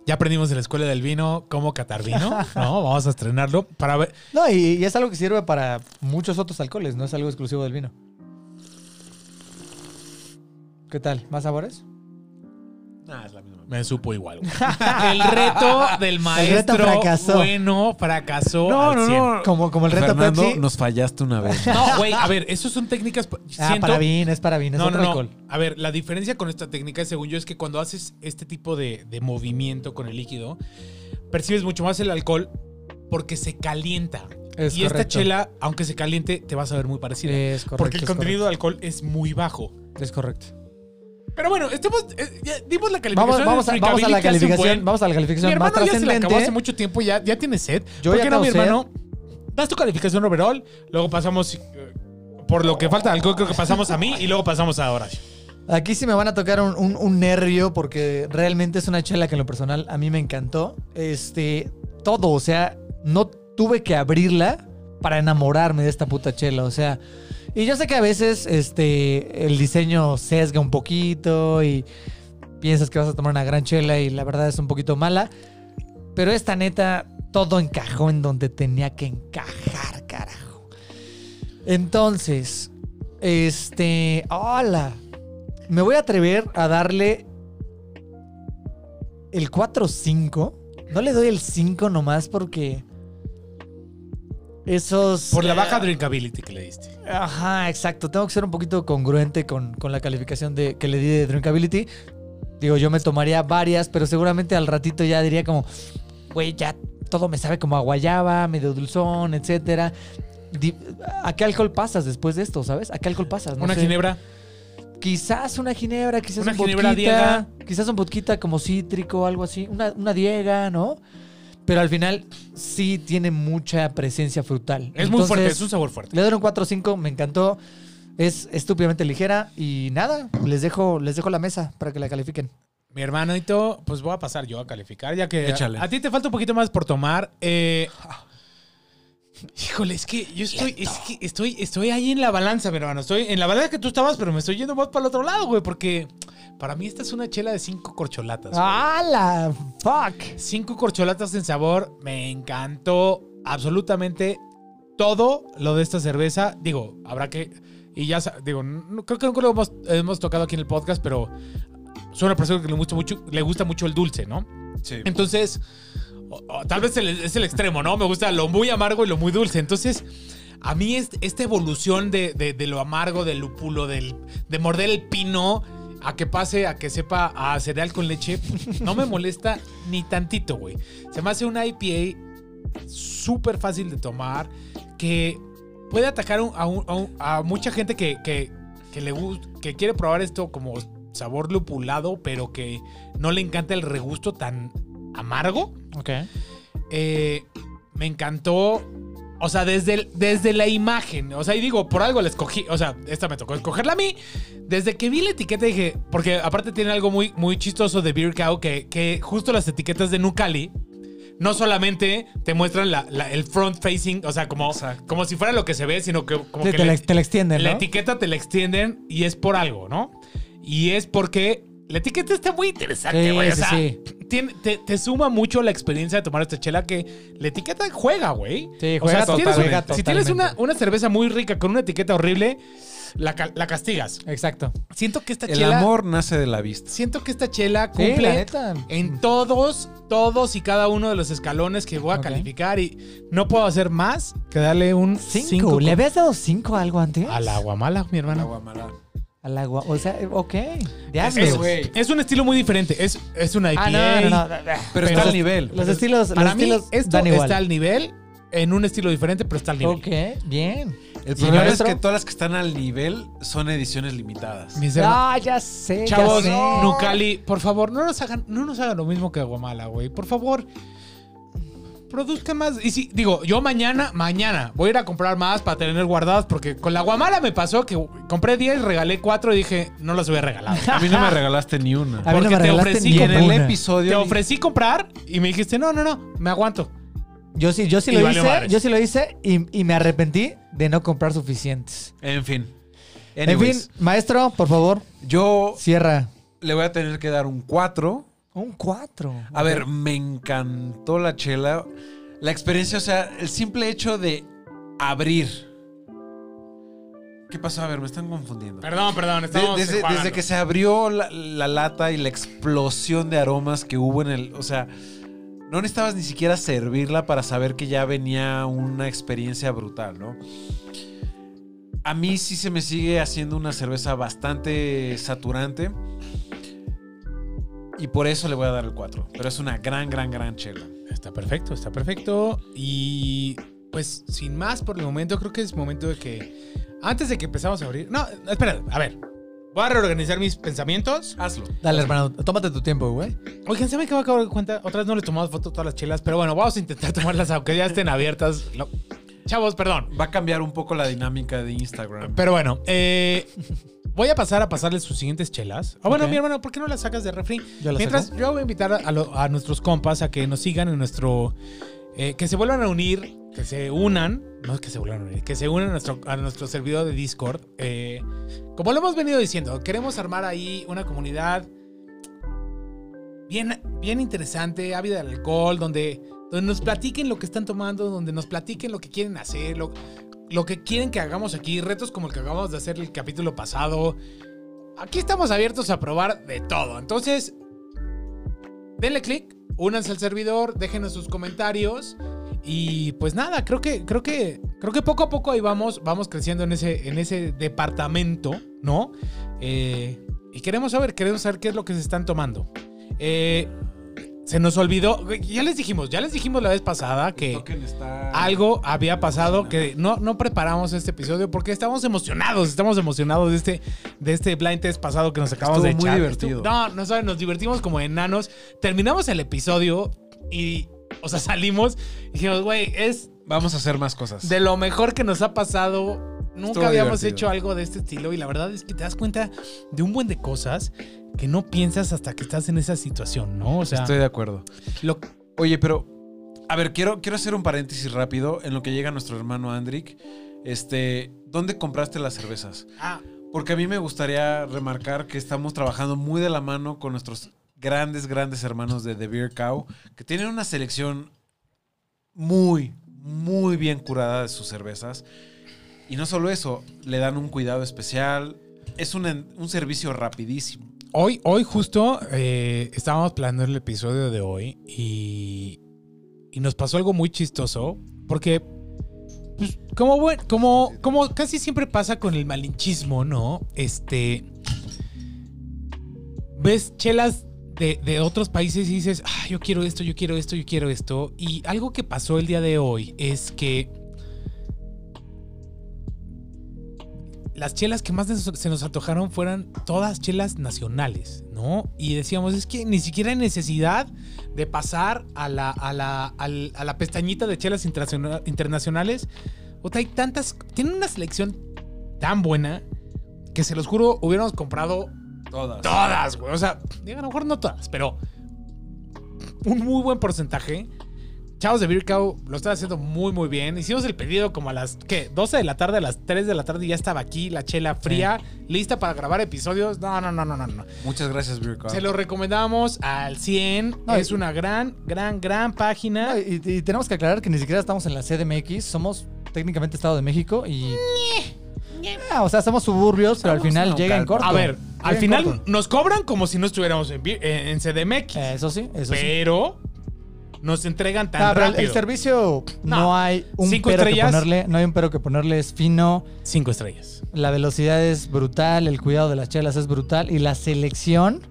Ya aprendimos en la escuela del vino cómo catar vino, ¿no? Vamos a estrenarlo para ver. No, y, y es algo que sirve para muchos otros alcoholes, no es algo exclusivo del vino. ¿Qué tal? ¿Más sabores? Ah, es la misma. Me supo igual. güey. El reto del maestro reto fracasó. bueno fracasó. No, al no, 100. no. Como, como el reto Fernando, Pepsi. nos fallaste una vez. No, güey, a ver, eso son técnicas. Ah, siento- para vino, es para vino, es No, otro no, no. alcohol. A ver, la diferencia con esta técnica, según yo, es que cuando haces este tipo de, de movimiento con el líquido, percibes mucho más el alcohol porque se calienta. Es y esta correcto. chela, aunque se caliente, te vas a ver muy parecida. Es correcto. porque es el contenido de alcohol es muy bajo. correcto, Es correcto. Pero bueno, estemos, eh, ya dimos la calificación. Vamos, vamos, a, del vamos a la drinkability, que hace un buen- calificación, vamos a la Mi calificación más hermano ya se la acabó hace trascendente. mucho tiempo, ya, ya tiene sed. Yo ¿Por ya qué no, mi tengo hermano? Das tu calificación overall, luego pasamos... eh, por lo que falta de alcohol, creo que pasamos a mí y luego pasamos a Horacio. Aquí sí me van a tocar un, un- un nervio porque realmente es una chela que en lo personal a mí me encantó. Este, todo, o sea, no tuve que abrirla para enamorarme de esta puta chela, o sea. Y yo sé que a veces este, el diseño sesga un poquito y piensas que vas a tomar una gran chela y la verdad es un poquito mala. Pero esta neta, todo encajó en donde tenía que encajar, carajo. Entonces, este, hola. Me voy a atrever a darle el 4-5. No le doy el 5 nomás porque esos... Por la eh, baja drinkability que le diste. Ajá, exacto. Tengo que ser un poquito congruente con, con la calificación de, que le di de Drinkability. Digo, yo me tomaría varias, pero seguramente al ratito ya diría como, güey, ya todo me sabe como a guayaba, medio dulzón, etcétera. Di- ¿A qué alcohol pasas después de esto, sabes? ¿A qué alcohol pasas? No Una sé. ginebra. Quizás una ginebra, quizás Una un ginebra vodquita, diega. quizás un vodquita como cítrico, algo así, una, una diega, ¿no? Pero al final sí tiene mucha presencia frutal. Es muy fuerte, Entonces, es un sabor fuerte. le doy un 4 5, me encantó. Es estúpidamente ligera y nada, les dejo, les dejo la mesa para que la califiquen. Mi hermanito, pues voy a pasar yo a calificar, ya que Échale. a, a ti te falta un poquito más por tomar. Eh, híjole, es que yo estoy, es que estoy, estoy ahí en la balanza, mi hermano. Estoy en la balanza que tú estabas, pero me estoy yendo más para el otro lado, güey, porque para mí esta es una chela de cinco corcholatas. güey. Ah, ¡Hala! ¡Fuck! Cinco corcholatas en sabor. Me encantó absolutamente todo lo de esta cerveza. Digo, habrá que. Y ya, sa- digo, no- creo que nunca lo hemos, hemos tocado aquí en el podcast, pero soy una persona que le gusta mucho, le gusta mucho el dulce, ¿no? Sí. Entonces, o- o tal vez el- es el extremo, ¿no? Me gusta lo muy amargo y lo muy dulce. Entonces, a mí es- esta evolución de, de- de lo amargo, del lúpulo, del, de morder el pino, a que pase, a que sepa a cereal con leche, no me molesta ni tantito, güey. Se me hace una IPA súper fácil de tomar, que puede atacar un- a, un- a un- a mucha gente que, que- que le gusta, que quiere probar esto como sabor lupulado, pero que no le encanta el regusto tan amargo. Ok. Eh, me encantó. O sea, desde, el- desde la imagen. O sea, y digo, por algo la escogí. O sea, esta me tocó escogerla a mí. Desde que vi la etiqueta dije. Porque aparte tiene algo muy, muy chistoso de Beer Cow. Que, que justo las etiquetas de Nucali. No solamente te muestran la- la- el front facing. O sea, como, Exacto. como si fuera lo que se ve. Sino que como Te, que te le- la, te la extienden, la ¿no? etiqueta te la extienden y es por algo, ¿no? Y es porque la etiqueta está muy interesante, Sí, güey. o sí, sea, sí. tiene- te, te suma mucho la experiencia de tomar esta chela que la etiqueta juega, güey. Sí, O sea, juega si tienes, totalmente. si tienes una, una cerveza muy rica con una etiqueta horrible, la, ca- la castigas. Exacto. Siento que esta El chela. amor nace de la vista. Siento que esta chela Sí, la cumple neta. en todos, todos y cada uno de los escalones que voy a Ok. calificar. Y no puedo hacer más que darle un Cinco. 5 ¿Le habías dado cinco a algo antes? al agua mala, mi hermano. Aguamala. Al agua. O sea, ok. Ya Es, veo. güey. es un estilo muy diferente. Es, es una IPA. Ah, no, no, no. Pero Pero- está al nivel. Los estilos, los Para mí, estilos esto dan igual. está al nivel, en un estilo diferente, pero está al nivel. Ok, bien. El ¿Y problema es maestro? que todas las que están al nivel son ediciones limitadas. Mis hermanos- Ah, ya sé. ya Chavos, sé. Nucali, por favor, no nos hagan, no nos hagan lo mismo que Aguamala, güey. Por favor. Produzca más. Y si, digo, yo mañana, mañana voy a ir a comprar más para tener guardadas. Porque con la guamala me pasó que compré 10, regalé 4 y dije, no las había regalado. A mí no me regalaste ni una. A mí no porque me te regalaste ofrecí ni en el una. episodio. Te ni- ofrecí comprar y me dijiste, no, no, no, me aguanto. Yo sí, yo sí Y lo valió hice, madres. yo sí lo hice y, y me arrepentí de no comprar suficientes. En fin. En fin, maestro, por favor, fin, yo cierra. le voy a tener que dar un 4. Un 4. A ver, me encantó la chela. La experiencia, o sea, el simple hecho de abrir. ¿Qué pasó? A ver, me están confundiendo. Perdón, perdón, De- desde, desde que se abrió la, la lata y la explosión de aromas que hubo en el. O sea, no necesitabas ni siquiera servirla para saber que ya venía una experiencia brutal, ¿no? A mí sí se me sigue haciendo una cerveza bastante saturante. Y por eso le voy a dar el 4. Pero es una gran, gran, gran chela. Está perfecto, está perfecto. Y pues sin más por el momento, creo que es momento de que. Antes de que empezamos a abrir. No, espera, a ver. Voy a reorganizar mis pensamientos. Hazlo. Dale, hermano, tómate tu tiempo, güey. Oigan, ¿saben qué me acabo de dar cuenta? Otra vez no les he tomado foto a todas las chelas, pero bueno, vamos a intentar tomarlas aunque ya estén abiertas. Lo- Chavos, perdón. Va a cambiar un poco la dinámica de Instagram. Pero bueno, eh, voy a pasar a pasarles sus siguientes chelas. Ah, bueno, Ok. mi hermano, ¿por qué no las sacas de refri? Yo la Mientras, saco. yo voy a invitar a, lo- a nuestros compas a que nos sigan en nuestro. eh, que se vuelvan a unir, que se unan. No es que se vuelvan a unir, que se unan a nuestro, a nuestro servidor de Discord. Eh, como lo hemos venido diciendo, queremos armar ahí una comunidad bien, bien interesante, ávida del alcohol, donde, donde nos platiquen lo que están tomando, donde nos platiquen lo que quieren hacer, lo, lo que quieren que hagamos aquí, retos como el que acabamos de hacer el capítulo pasado. Aquí estamos abiertos a probar de todo. Entonces, denle click, únanse al servidor, déjenos sus comentarios. Y pues nada, creo que, creo que Creo que poco a poco ahí vamos, vamos creciendo en ese, en ese departamento, ¿no? Eh, y queremos saber, queremos saber qué es lo que se están tomando. Eh, se nos olvidó, güey, ya les dijimos, ya les dijimos la vez pasada que Token está- algo había pasado que no, no preparamos este episodio porque estamos emocionados, estamos emocionados de este, de este blind test pasado que nos acabamos Estuvo de muy echar. divertido. Estuvo- No, no saben, nos divertimos como enanos. Terminamos el episodio y, o sea, salimos y dijimos, güey, es Vamos a hacer más cosas. de lo mejor que nos ha pasado. Nunca Estuvo habíamos divertido. hecho algo de este estilo y la verdad es que te das cuenta de un buen de cosas que no piensas hasta que estás en esa situación, ¿no? O sea, Estoy de acuerdo. lo- Oye, pero. A ver, quiero, quiero hacer un paréntesis rápido en lo que llega nuestro hermano Andrick. Este, ¿dónde compraste las cervezas? ah, Porque a mí me gustaría remarcar que estamos trabajando muy de la mano con nuestros grandes, grandes hermanos de The Beer Cow, que tienen una selección muy, muy bien curada de sus cervezas. Y no solo eso, le dan un cuidado especial. Es un, en- un servicio rapidísimo. Hoy, hoy justo eh, estábamos planeando el episodio de hoy y, y nos pasó algo muy chistoso porque, pues, como, buen- como, como casi siempre pasa con el malinchismo, ¿no? Este, ves chelas de, de otros países y dices, ah, yo quiero esto, yo quiero esto, yo quiero esto. Y algo que pasó el día de hoy es que las chelas que más nos- se nos antojaron fueran todas chelas nacionales, ¿no? Y decíamos, es que ni siquiera hay necesidad de pasar a la, a la, al- a la pestañita de chelas internaciona- internacionales. O hay tantas. Tienen una selección tan buena que se los juro, hubiéramos comprado Todas. todas, güey. O sea, digo, a lo mejor no todas, pero un muy buen porcentaje. Chavos de Beer Cow lo están haciendo muy, muy bien. Hicimos el pedido como a las, ¿qué? 12 de la tarde, a las 3 de la tarde y ya estaba aquí la chela fría, lista para grabar episodios. No, no, no, no, no. no. Muchas gracias, Beer Cow. Se lo recomendamos al 100. Ah. No, es y- una gran, gran, gran página. No, y, y tenemos que aclarar que ni siquiera estamos en la CDMX, somos técnicamente Estado de México y... Ah, o sea, somos suburbios, pero al Estamos final en llega en Ocalpan. corto. a ver, Llega al en final corto. nos cobran como si no estuviéramos en, Beer- en- en CDMX, Eh, eso sí, eso sí. pero nos entregan tan Ah, pero el- rápido. el servicio no, No. hay un Cinco pero estrellas. que ponerle, no hay un pero que ponerle, es fino, Cinco estrellas. la velocidad es brutal, el cuidado de las chelas es brutal y la selección.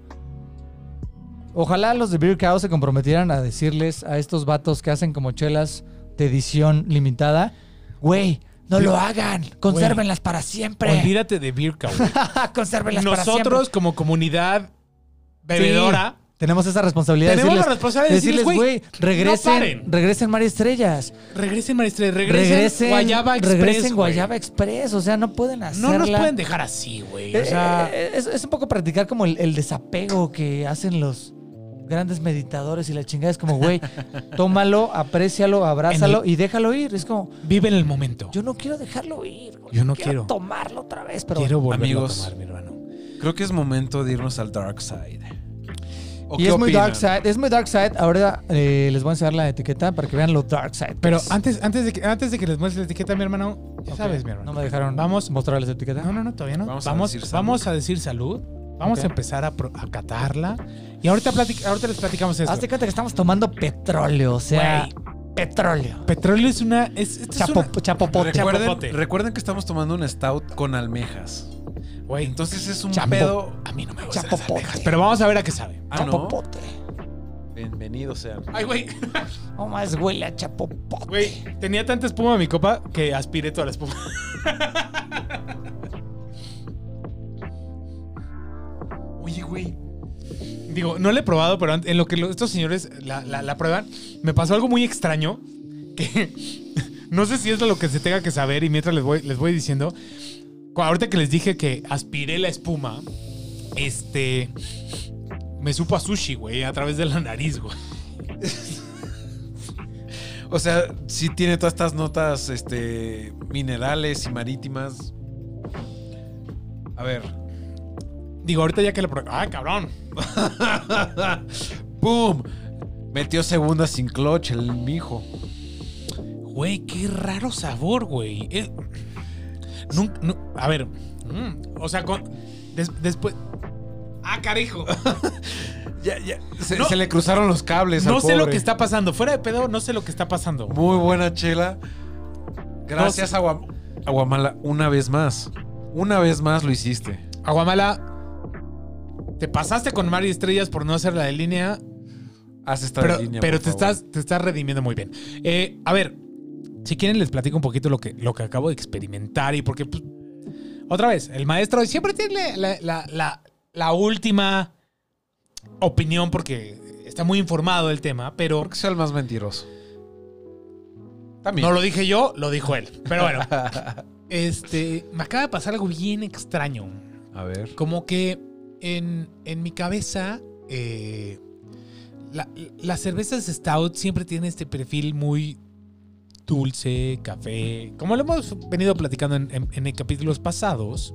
Ojalá los de Beer Cow se comprometieran a decirles a estos vatos que hacen como chelas de edición limitada, güey, no lo hagan, consérvenlas para siempre. Olvídate de Beer Cow. Consérvenlas para siempre. Nosotros como comunidad bebedora Sí, tenemos esa responsabilidad de tenemos la decirles, responsabilidad de decirles, güey, no regresen, paren. regresen María Estrellas. regresen maestre, regresen, regresen Guayaba Express. regresen güey. Guayaba Express. O sea, no pueden hacerla. No nos pueden dejar así, güey. Eh, O sea, eh, es, es un poco practicar como el, el desapego que hacen los grandes meditadores y la chingada. Es como, güey, tómalo, aprécialo, abrázalo y déjalo ir. Es como, vive en el momento. Yo yo no quiero dejarlo ir. güey. Yo no quiero. tomarlo otra vez, pero. quiero volverlo Amigos. a tomar, mi hermano. Creo que es momento de irnos al Dark Side. ¿O Y qué es muy opinan? dark side, es muy dark side. Ahora eh, les voy a enseñar la etiqueta para que vean lo dark side. Pero pues. antes, antes, de que, antes de que les muestre la etiqueta, mi hermano, ya Ok, sabes, mi hermano. No me dejaron Vamos. mostrarles la etiqueta. No, no, no, todavía no. Vamos Vamos, a vamos, a, decir decir salud. salud. Vamos Ok. a empezar a, pro- a catarla. Y ahorita, platic- ahorita les platicamos esto. Hazte cuenta que estamos tomando petróleo, o sea, petróleo. Petróleo es una. Es, esto es Chapo, una- chapopote. Recuerden, Chapopote. recuerden que estamos tomando un stout con almejas. Güey, Entonces es un Chapo. pedo. a mí no me gustan las Chapopote. abejas, Pero vamos a ver a qué sabe. Ah, ¿no? chapopote. Bienvenidos sean. Ay, güey. No más huele a chapopote. Güey, tenía tanta espuma en mi copa que aspiré toda la espuma. Oye, güey. Digo, no la he probado, pero en lo que lo- estos señores la, la- la prueban, me pasó algo muy extraño que no sé si es lo que se tenga que saber y mientras les voy, les voy diciendo, cu- ahorita que les dije que aspiré la espuma, este, me supo a sushi, güey, a través de la nariz, güey. O sea, sí tiene todas estas notas este, minerales y marítimas. A ver. Digo, ahorita ya que la probé, ah, cabrón. ¡Pum! Metió segunda sin clutch el mijo. Güey, qué raro sabor, güey. Eh, nun- nu- a ver, mm, o sea, con- des- después... Ah, carajo. Ya, ya. Se, No. se le cruzaron los cables. al No sé lo pobre. que está pasando. Fuera de pedo, no sé lo que está pasando. Muy buena chela. Gracias, Agua- Aguamala, una vez más. Una vez más lo hiciste. Aguamala, te pasaste con Mario Estrellas por no hacer la de línea, Haz esta pero, línea. pero por te, favor. estás, te estás redimiendo muy bien. Eh, a ver, si quieren les platico un poquito lo que, lo que acabo de experimentar y porque, pues, otra vez, el maestro siempre tiene la, la- la- la última opinión porque está muy informado del tema, pero... ¿Por qué soy el más mentiroso? También. No lo dije yo, lo dijo él. Pero bueno. este, me acaba de pasar algo bien extraño. A ver. Como que en, en mi cabeza, eh, la- las cervezas Stout siempre tienen este perfil muy dulce, café, como lo hemos venido platicando en, en- en capítulos pasados.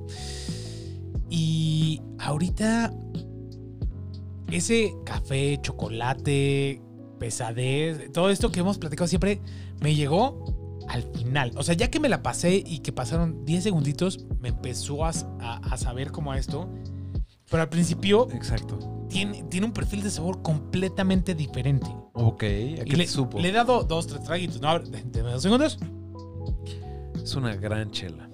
Y ahorita ese café, chocolate, pesadez, todo esto que hemos platicado siempre me llegó al final. O sea, ya que me la pasé y que pasaron 10 segunditos, me empezó a, a- a saber como a esto. Pero al principio Exacto. tiene, tiene un perfil de sabor completamente diferente. Ok, ¿a qué Y te le, supo? le he dado dos, tres traguitos. No, a ver, deme dos segundos. Es una gran chela.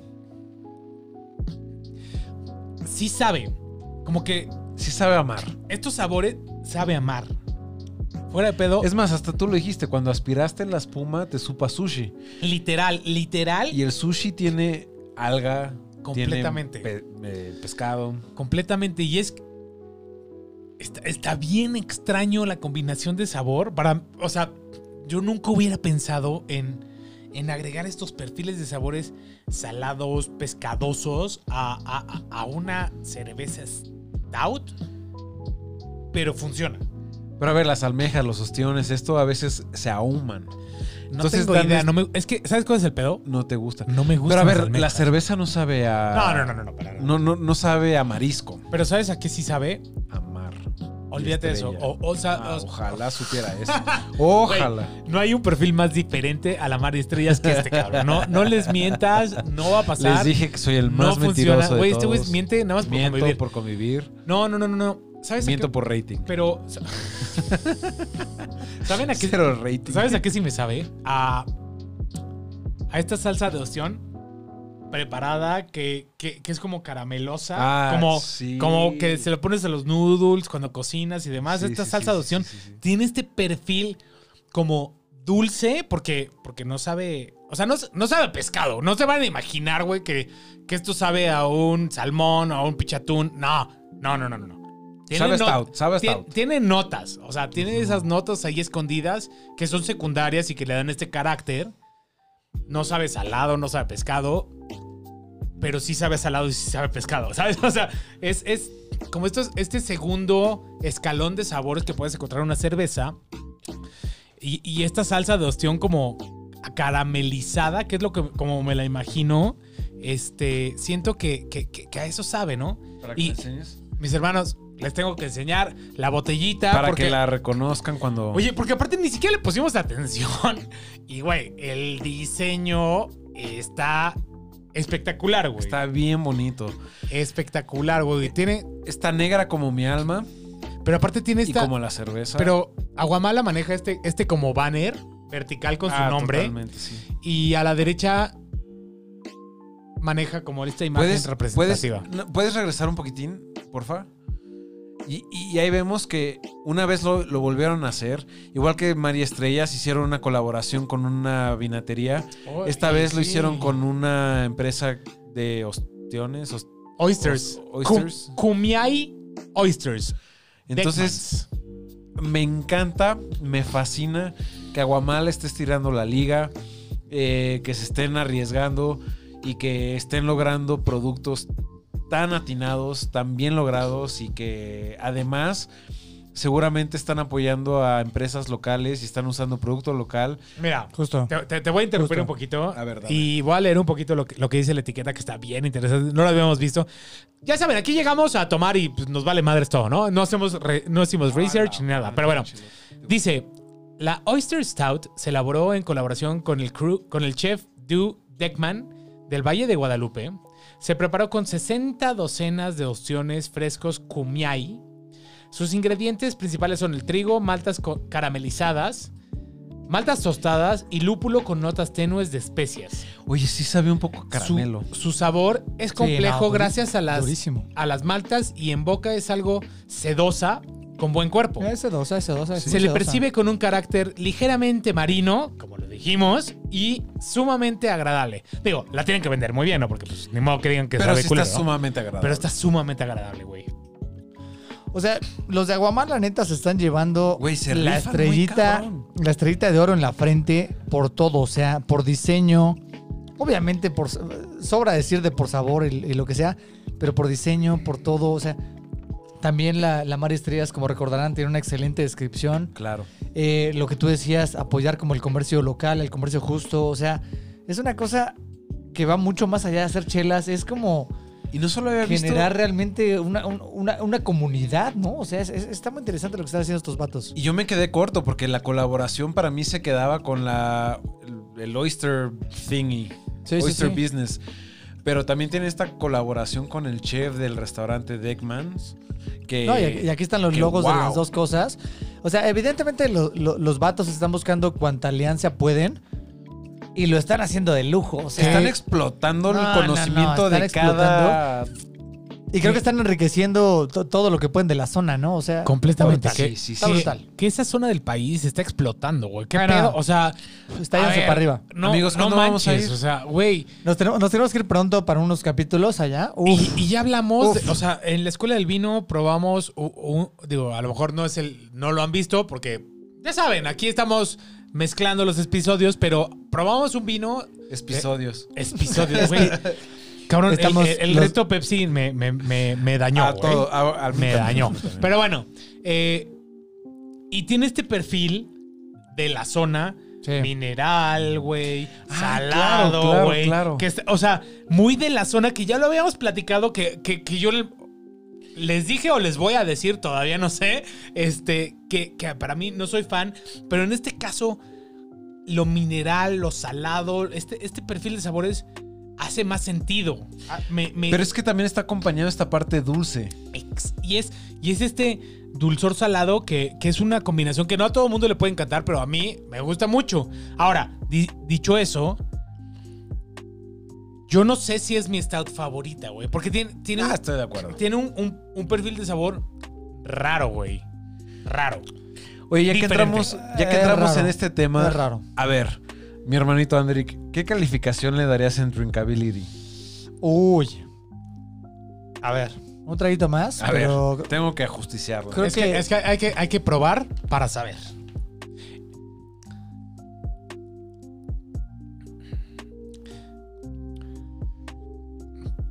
Sí sabe. Como que Sí sabe amar. estos sabores sabe amar. Fuera de pedo. Es más, hasta tú lo dijiste, cuando aspiraste la espuma te supa sushi. literal, literal. Y el sushi tiene alga, tiene Completamente. pe- eh, pescado. completamente. Y es. Está, está bien extraño la combinación de sabor. Para, o sea, yo nunca hubiera pensado en, en agregar estos perfiles de sabores salados, pescadosos a, a- a- a una cerveza stout. Pero funciona. Pero a ver, las almejas, los ostiones, esto a veces se ahuman. No Entonces, tengo dan idea. es- No me- es que, ¿sabes cuál es el pedo? No te gusta. No me gusta. Pero a ver, la cerveza no sabe a... No, no, no, no, no, para nada. No, no, no sabe a marisco. Pero ¿sabes a qué sí sabe? Amar. Olvídate de eso. Estrella. O- o sea, Ah, o- ojalá supiera eso. Ojalá. No hay un perfil más diferente a la Mar de Estrellas que este cabrón. No, no les mientas, no va a pasar. Les dije que soy el no más funciona. mentiroso de Güey, este güey todos. miente nada más por Miento convivir. por convivir. No, no, no, no, no. ¿Sabes a Miento qué? por rating. Pero. ¿Saben a qué? Cero rating. ¿Sabes a qué sí me sabe? A. A esta salsa de ostión preparada que, que, que es como caramelosa. Ah, como, sí. como que se lo pones a los noodles cuando cocinas y demás. Sí, esta sí, salsa sí, de ostión sí, sí, sí. tiene este perfil como dulce porque, porque no sabe, o sea, no, no sabe a pescado. No se van a imaginar, güey, que, que esto sabe a un salmón o a un pichatún. No, no, no, no, no. no. Sabe a no- stout, sabe a ti- stout. tiene notas, o sea, tiene esas notas ahí escondidas que son secundarias y que le dan este carácter. No sabe salado, no sabe pescado, pero sí sabe salado y sí sabe pescado, ¿sabes? O sea, es, es como estos, este segundo escalón de sabores que puedes encontrar en una cerveza. Y, y esta salsa de ostión como caramelizada, que es lo que como me la imagino, este, siento que, que- que- que a eso sabe, ¿no? Para que Y- me Mis hermanos, les tengo que enseñar la botellita. porque, que la reconozcan cuando. Oye, porque aparte ni siquiera le pusimos atención. Y, güey, el diseño está espectacular, güey. está bien bonito. espectacular, güey. Tiene, Está negra como mi alma pero aparte tiene y esta. como la cerveza. Pero Aguamala maneja este, este como banner vertical con Ah, su nombre. totalmente, sí. Y a la derecha maneja como esta imagen ¿Puedes, puedes, representativa. no, ¿Puedes regresar un poquitín, porfa? Y, y y ahí vemos que una vez lo, lo volvieron a hacer, igual que María Estrellas hicieron una colaboración con una vinatería. Esta vez lo hicieron con una empresa de ostiones. os- Oysters. o- oysters. Cu- Kumiai Oysters. Entonces, me encanta, me fascina que Aguamal esté estirando la liga, eh, que se estén arriesgando y que estén logrando productos tan atinados, tan bien logrados y que además seguramente están apoyando a empresas locales y están usando producto local. Beckmans. Mira, Justo. te, te- te voy a interrumpir Justo. un poquito. A ver, dale. y voy a leer un poquito lo que, lo que dice la etiqueta, que está bien interesante. No lo habíamos visto. Ya saben, aquí llegamos a tomar y pues, nos vale madres todo, ¿no? No, hacemos re- no hicimos research ni nada. Pero bueno, Dice, la Oyster Stout se elaboró en colaboración con el, crew- con el chef Du Deckman del Valle de Guadalupe. Se preparó con 60 docenas de opciones frescos kumiai. Sus ingredientes principales son el trigo, maltas co- caramelizadas, maltas tostadas y lúpulo con notas tenues de especias. Oye, sí sabe un poco a Su- caramelo. Su, sabor es Sí, complejo no, gracias a las, Durísimo. a las maltas y en boca es algo sedosa con buen cuerpo. Es sedosa, es sedosa. es Se le sedosa. percibe con un carácter ligeramente marino, como lo dijimos, y sumamente agradable. Digo, la tienen que vender muy bien, ¿no? Porque pues, ni modo que digan que Pero sabe sí culero, está ¿no? sumamente agradable. Pero está sumamente agradable, güey. O sea, los de Aguamar, la neta, se están llevando Güey, se la rifan muy estrellita. cabrón. La estrellita de oro en la frente por todo. O sea, por diseño. Obviamente, por sobra decir de por sabor y, y lo que sea, pero por diseño, por todo. O sea, también la, la Mari Estrellas, como recordarán, tiene una excelente descripción. Claro. Eh, lo que tú decías, apoyar como el comercio local, el comercio justo, o sea, es una cosa que va mucho más allá de hacer chelas, es como Y no solo había generar visto... realmente una, un- una- una comunidad, ¿no? O sea, es- es- está muy interesante lo que están haciendo estos vatos. Y yo me quedé corto porque la colaboración para mí se quedaba con la... el- El Oyster Thingy. Oyster Business. Pero también tiene esta colaboración con el chef del restaurante Deckmans. Que, No, y, aquí- y aquí están los eh, que logos de wow. las dos cosas. O sea, evidentemente lo- lo- los vatos están buscando cuanta alianza pueden y lo están haciendo de lujo. O sea, están explotando No, no, el no, conocimiento están de cada. y creo que están enriqueciendo to- todo lo que pueden de la zona, ¿no? O sea, Completamente. Sí, Que, sí, está sí. brutal. que esa zona del país está explotando, güey. ¿Qué Bueno, pedo? O sea, Está a yéndose ver, para arriba. No, Amigos, no ¿cuándo vamos a manches. ir? O sea, güey. Nos tenemos, nos tenemos que ir pronto para unos capítulos allá. Uf. Y, y ya hablamos, de- Uf. o sea, en la escuela del vino probamos, u- u- digo, a lo mejor no es el, no lo han visto porque ya saben, aquí estamos mezclando los episodios, pero probamos un vino Episodios. episodio, güey. Cabrón, el- Estamos el, el los- reto Pepsi me, me- me- me dañó. A güey. todo- a- a mí Me también. dañó. También. Pero bueno, eh, y tiene este perfil de la zona mineral, güey, Ah, claro, salado, claro, güey. claro. que es- O sea, muy de la zona que ya lo habíamos platicado, que, que- que yo le- les dije o les voy a decir, todavía no sé, este, que, que para mí no soy fan, pero en este caso, lo mineral, lo salado, este, este perfil de sabores hace más sentido. Ah, Me, me- Pero es que también está acompañado esta parte dulce. ex- y, es, y es este dulzor salado que, que es una combinación que no a todo el mundo le puede encantar, pero a mí me gusta mucho. Ahora, di- dicho eso, yo no sé si es mi stout favorita, güey. Porque tiene, tiene, Ah, un- estoy de acuerdo. tiene un, un- un perfil de sabor raro, güey. Raro. Oye, ya que Diferente. entramos, ya que Es entramos raro. en este tema, Es raro. a ver, mi hermanito Andrick, ¿qué calificación le darías en Drinkability? Uy. A ver. Un traguito más. A pero ver, tengo que ajusticiarlo. Creo es que, que- es que hay, que hay que probar para saber.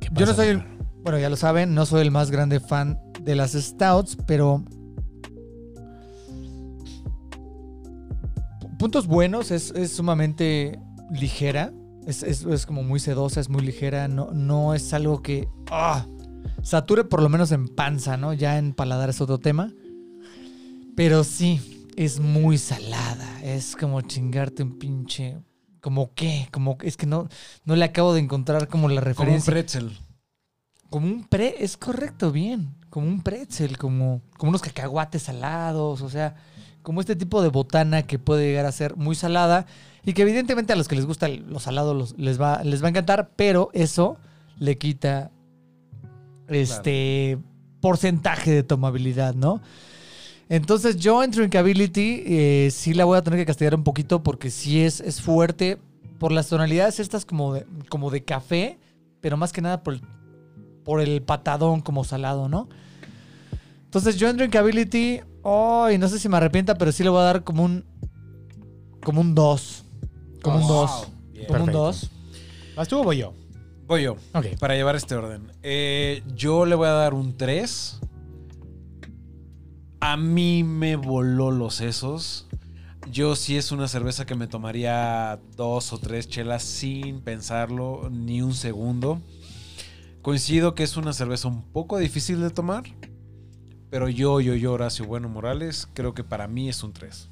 ¿Qué yo no pasa? soy. el- Bueno, ya lo saben, no soy el más grande fan de las Stouts, pero. pu- Puntos buenos, es, es sumamente ligera. Es, es- es como muy sedosa, es muy ligera. No, no es algo que. ¡ah! sature por lo menos en panza, ¿no? Ya en paladar es otro tema. Pero sí, es muy salada. Es como chingarte un pinche. ¿Como qué? Como, es que no, no le acabo de encontrar como la Como un referencia. pretzel. Como un pre, es correcto, bien. Como un pretzel, como, como unos cacahuates salados, o sea, como este tipo de botana que puede llegar a ser muy salada y que evidentemente a los que les gusta el- lo salado los- les, va, les va a encantar, pero eso le quita este porcentaje de tomabilidad, ¿no? Entonces yo en Drinkability eh, sí la voy a tener que castigar un poquito porque sí es, es fuerte por las tonalidades estas como de, como de café, pero más que nada por el, por el patadón como salado, ¿no? Entonces yo en Drinkability, ay, no sé si me arrepienta, pero sí le voy a dar como un como un 2. Como un 2. Como un Perfecto. 2. ¿Vas tú o voy yo? Voy yo. Ok. Para llevar este orden. Eh, yo le voy a dar un 3. A mí me voló los sesos. Yo sí es una cerveza que me tomaría dos o tres chelas sin pensarlo ni un segundo. Coincido que es una cerveza un poco difícil de tomar. Pero yo, yo, yo, Horacio Bueno Morales, creo que para mí es un 3.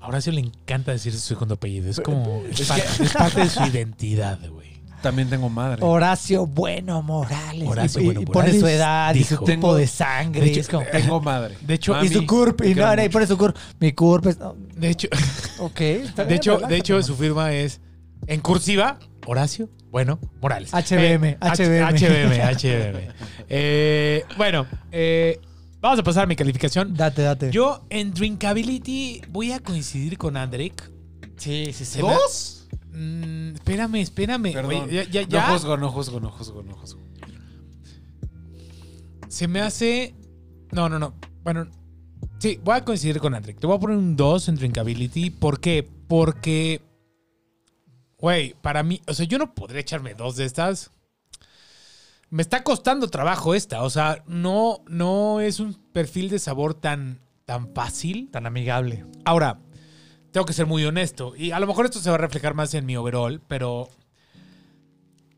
A Horacio le encanta decir su segundo apellido. Es como. Es, parte, es parte de su identidad, güey. También tengo madre. Horacio Bueno Morales. Horacio y, Bueno y pone Morales su edad y su dijo- tipo Tengo- de sangre. de hecho, eh, es como, Tengo madre. de hecho, Mami, y su curp. te Y quiero no, no, y mucho. pone su curp. Mi curp es. no, De hecho, ok. está de bien, hecho, de relájate, hecho mamá. su firma es en cursiva Horacio Bueno Morales. Eh, HBM, H- HBM. HBM, HBM. Eh, bueno, eh, vamos a pasar a mi calificación. Date, date. Yo en Drinkability voy a coincidir con Andrek. sí, sí, sí. ¿Dos? Mm, espérame, espérame. Perdón. Oye, ya, ya, No ya. juzgo, no juzgo, no juzgo, no juzgo. se me hace. No, no, no. Bueno, sí, voy a coincidir con Andrek. Te voy a poner un 2 en Drinkability. ¿Por qué? Porque. Güey, para mí. O sea, yo no podría echarme dos de estas. Me está costando trabajo esta. O sea, no, no es un perfil de sabor tan, tan fácil. Tan amigable. Ahora, tengo que ser muy honesto. Y a lo mejor esto se va a reflejar más en mi overall, pero.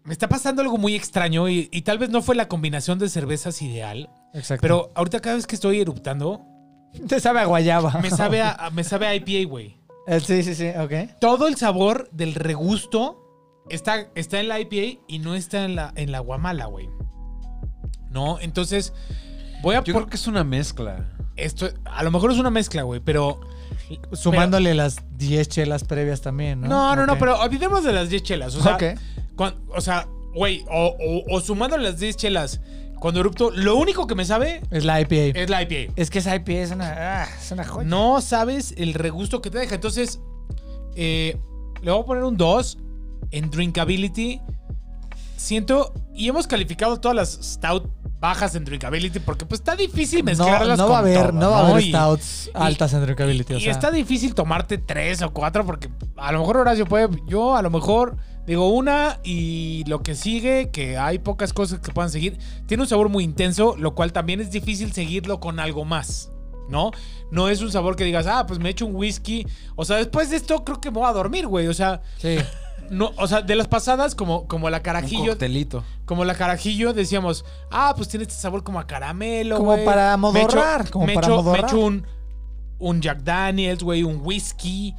Me está pasando algo muy extraño y, y tal vez no fue la combinación de cervezas ideal. Exacto. Pero ahorita cada vez que estoy eruptando, te sabe a guayaba. me sabe a, a- me sabe a IPA, güey. Eh, Sí, sí, sí. Ok. Todo el sabor del regusto está, está en la IPA y no está en la, en la guamala, güey. No, entonces voy Yo a... Ah, por- creo que es una mezcla. esto, a lo mejor es una mezcla, güey, pero... Sumándole las 10 chelas previas también, ¿no? No, no, no, Ok. pero olvidemos de las 10 chelas. O sea, Ok. cuan- o sea güey, o, o- o sumando las 10 chelas, cuando erupto, lo único que me sabe Es la IPA. es la IPA. eh, Es que esa IPA es una, ah, es una joya. No sabes el regusto que te deja. Entonces, eh, le voy a poner un 2 en Drinkability. Siento, y hemos calificado todas las stout bajas en Drinkability porque pues está difícil mezclarlas no, no con va a haber, todo, no va a haber Y- stouts altas en drinkability. Y, o sea, está difícil tomarte tres o cuatro porque a lo mejor Horacio puede, yo a lo mejor digo una y lo que sigue, que hay pocas cosas que puedan seguir, tiene un sabor muy intenso, lo cual también es difícil seguirlo con algo más. ¿No? No es un sabor que digas, ah, pues me echo un whisky. O sea, después de esto creo que me voy a dormir, güey. O sea, sí. no, o sea, de las pasadas, como, como la Un carajillo, coctelito. como la carajillo, decíamos, ah, pues tiene este sabor como a caramelo, Como güey. para Me echo- amodorrar, como me para echo- amodorrar. Me echo un, un Jack Daniels, güey, un whisky. Y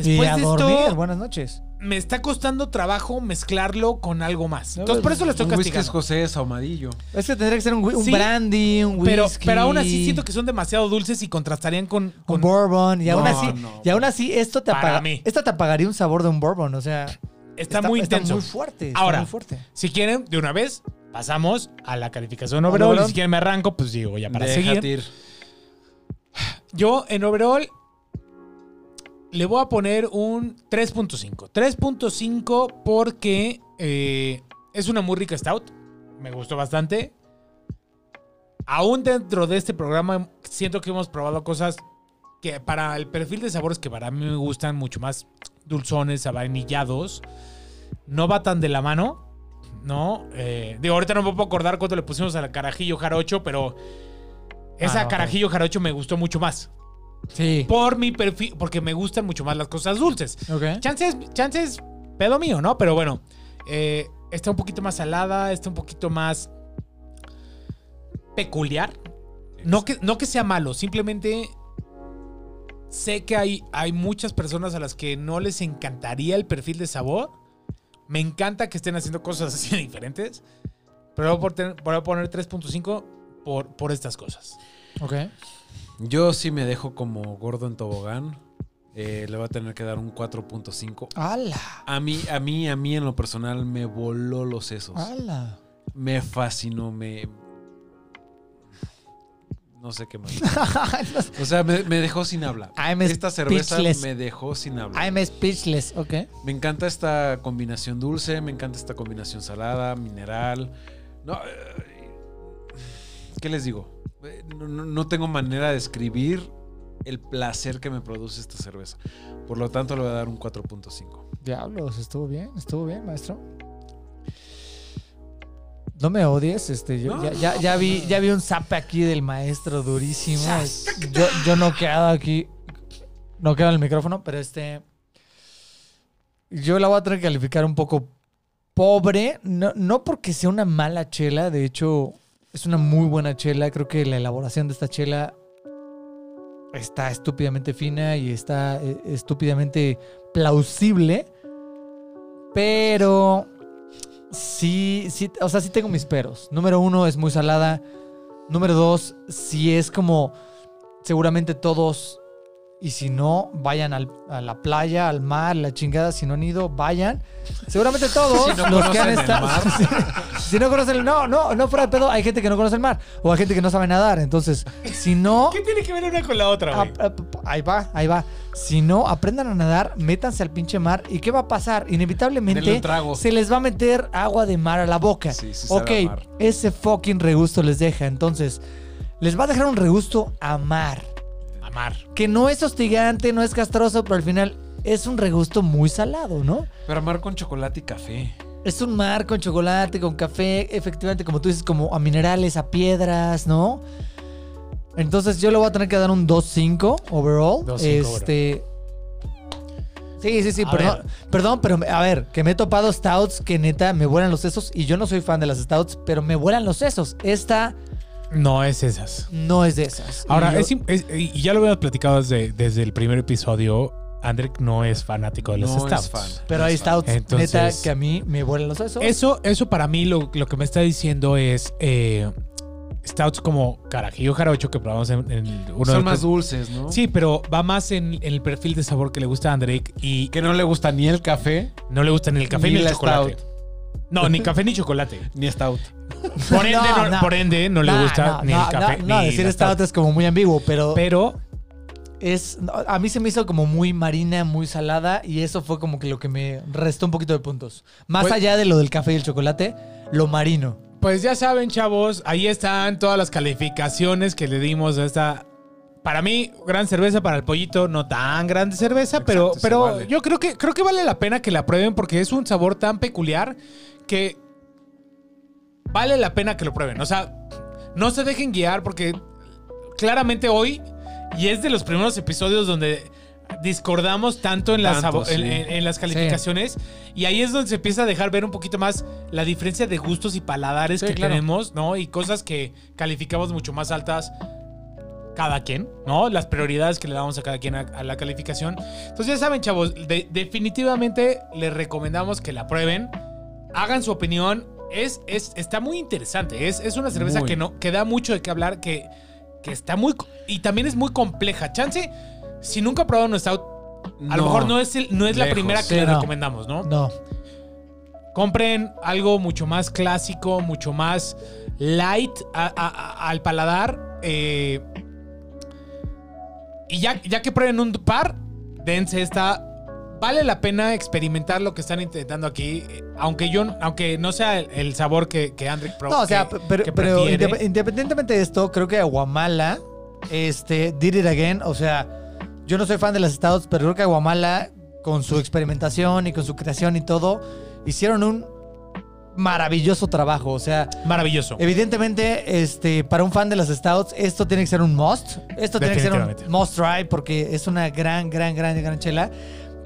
Después a de dormir, esto, buenas noches. me está costando trabajo mezclarlo con algo más. No, Entonces, por eso lo estoy Un whisky castigando. escocés, ahumadillo. Es que tendría que ser un, wi- un Sí, brandy, un whisky. Pero, pero aún así siento que son demasiado dulces y contrastarían con... Un con bourbon. Y aún, No, así, no, y aún así, esto te, para apaga, mí. esto te apagaría un sabor de un bourbon. O sea, está, está, muy intenso. muy fuerte. está Ahora, muy fuerte. si quieren, de una vez, pasamos a la calificación Al overall. y overall. Si quieren me arranco, pues digo, ya para Déjate seguir. ir. Yo en overall le voy a poner un 3.5. 3.5 porque eh, es una muy rica stout. Me gustó bastante. Aún dentro de este programa siento que hemos probado cosas que para el perfil de sabores que para mí me gustan mucho más dulzones, avainillados. No va tan de la mano, ¿no? Eh, digo, ahorita no me puedo acordar cuánto le pusimos al carajillo jarocho, pero esa Ah, no, carajillo jarocho me gustó mucho más Sí. por mi perfil, porque me gustan mucho más las cosas dulces. Ok. Chances, chances, pedo mío, ¿no? Pero bueno, eh, está un poquito más salada, está un poquito más peculiar. No que, no que sea malo, simplemente sé que hay, hay muchas personas a las que no les encantaría el perfil de sabor. Me encanta que estén haciendo cosas así diferentes, pero voy a poner- voy a poner 3.5 por, por estas cosas. Ok. Yo sí me dejo como gordo en tobogán. Eh, le voy a tener que dar un 4.5. ¡Hala! A mí, a mí, a mí en lo personal me voló los sesos. ¡Hala! Me fascinó, me... No sé qué más. O sea, me, me dejó sin habla. I'm Esta cerveza speechless. me dejó sin habla. I'm speechless. Ok. Me encanta esta combinación dulce, me encanta esta combinación salada, mineral. No, eh, ¿Qué les digo? Eh, No, no- no tengo manera de escribir el placer que me produce esta cerveza. Por lo tanto, le voy a dar un 4.5. Diablos, estuvo bien, estuvo bien, maestro. No me odies, este, yo No, ya, ya- ya vi, ya vi un zape aquí del maestro durísimo. Yo, yo no quedo aquí, no quedo en el micrófono, pero este, yo la voy a tener que calificar un poco pobre, no, no porque sea una mala chela, de hecho es una muy buena chela, creo que la elaboración de esta chela está estúpidamente fina y está eh, estúpidamente plausible, pero Sí, sí, o sea, sí tengo mis peros. Número uno, es muy salada. Número dos, sí es como seguramente todos, y si no, vayan al- a la playa, al mar, la chingada, si no han ido, vayan. Seguramente todos Si no los que conocen han el estado... mar. si, si no conocen el... No, no, no fuera de pedo, hay gente que no conoce el mar, o hay gente que no sabe nadar, entonces, si no... ¿Qué tiene que ver una con la otra, güey? Ap- ap- Ahí va, ahí va. Si no, aprendan a nadar, métanse al pinche mar. ¿Y qué va a pasar? Denle Inevitablemente un trago. se les va a meter agua de mar a la boca. Sí, sí sabe ok, a mar. ese fucking regusto les deja. Entonces, les va a dejar un regusto a mar. Amar. Que no es hostigante, no es castroso, pero al final es un regusto muy salado, ¿no? Pero amar con chocolate y café. Es un mar con chocolate, con café, efectivamente, como tú dices, como a minerales, a piedras, ¿no? Entonces yo le voy a tener que dar un 2.5 overall. 2.5 este. Sí, sí, sí, A perdón, ver. perdón, pero a ver, que me he topado stouts que neta me vuelan los sesos y yo no soy fan de las stouts, pero me vuelan los sesos. Esta No es esas. no es de esas. Ahora, Y yo- es im- es- y ya lo habíamos platicado desde, desde el primer episodio. Andrek no es fanático de los No es stouts. fan. pero hay stouts Entonces- neta que a mí me vuelan los sesos. Eso, eso para mí lo, lo que me está diciendo es eh, stouts como carajillo jarocho que probamos en, en uno de Son los- más dulces, ¿no? Sí, pero va más en, en el perfil de sabor que le gusta a Andrek y Que no le gusta ni el café, no le gusta ni el café ni, Ni el la chocolate. No, ni café ni chocolate. ni stout. Por ende, No, no, no. por ende, no le gusta ni el café. No, no, ni decir la stout es como muy ambiguo, pero. Pero es no, a mí se me hizo como muy marina, muy salada y eso fue como que lo que me restó un poquito de puntos. Más Pues- allá de lo del café y el chocolate, lo marino. Pues ya saben, chavos, ahí están todas las calificaciones que le dimos a esta. Para mí, gran cerveza para el pollito, no tan grande cerveza, Exacto, pero, se pero vale. yo creo que, creo que vale la pena que la prueben porque es un sabor tan peculiar que vale la pena que lo prueben. O sea, no se dejen guiar porque claramente hoy, y es de los primeros episodios donde discordamos tanto en las, Tanto, sabo- en- sí. en- en las calificaciones, y ahí es donde se empieza a dejar ver un poquito más la diferencia de gustos y paladares Sí, que claro. tenemos, ¿no? Y cosas que calificamos mucho más altas cada quien, ¿no? Las prioridades que le damos a cada quien a, a la calificación. Entonces ya saben, chavos, de- definitivamente les recomendamos que la prueben, hagan su opinión. Es, es, está muy interesante. Es, es una cerveza Muy. que, no, que da mucho de qué hablar, que, que está muy... co- Y también es muy compleja. Chance, si nunca probaron un stout, a lo mejor no es, el- no es la Lejos. primera que Sí, les no. recomendamos, ¿no? No. Compren algo mucho más clásico, mucho más light a- a- a- al paladar. eh, y ya, ya que prueben un par, dense esta. Vale la pena experimentar lo que están intentando aquí. eh, Aunque yo, aunque no sea el, el sabor que, que Andrick pro- No, o sea, que- pero, que pero prefiere. indep- independientemente de esto, creo que Aguamala, este, did it again, o sea, yo no soy fan de las stouts, pero creo que Aguamala, con su experimentación y con su creación y todo, hicieron un maravilloso trabajo, o sea, Maravilloso. eh, Evidentemente, este, para un fan de las Stouts, esto tiene que ser un must. Esto tiene que ser un Definitivamente. must try porque es una gran, gran, gran, gran chela.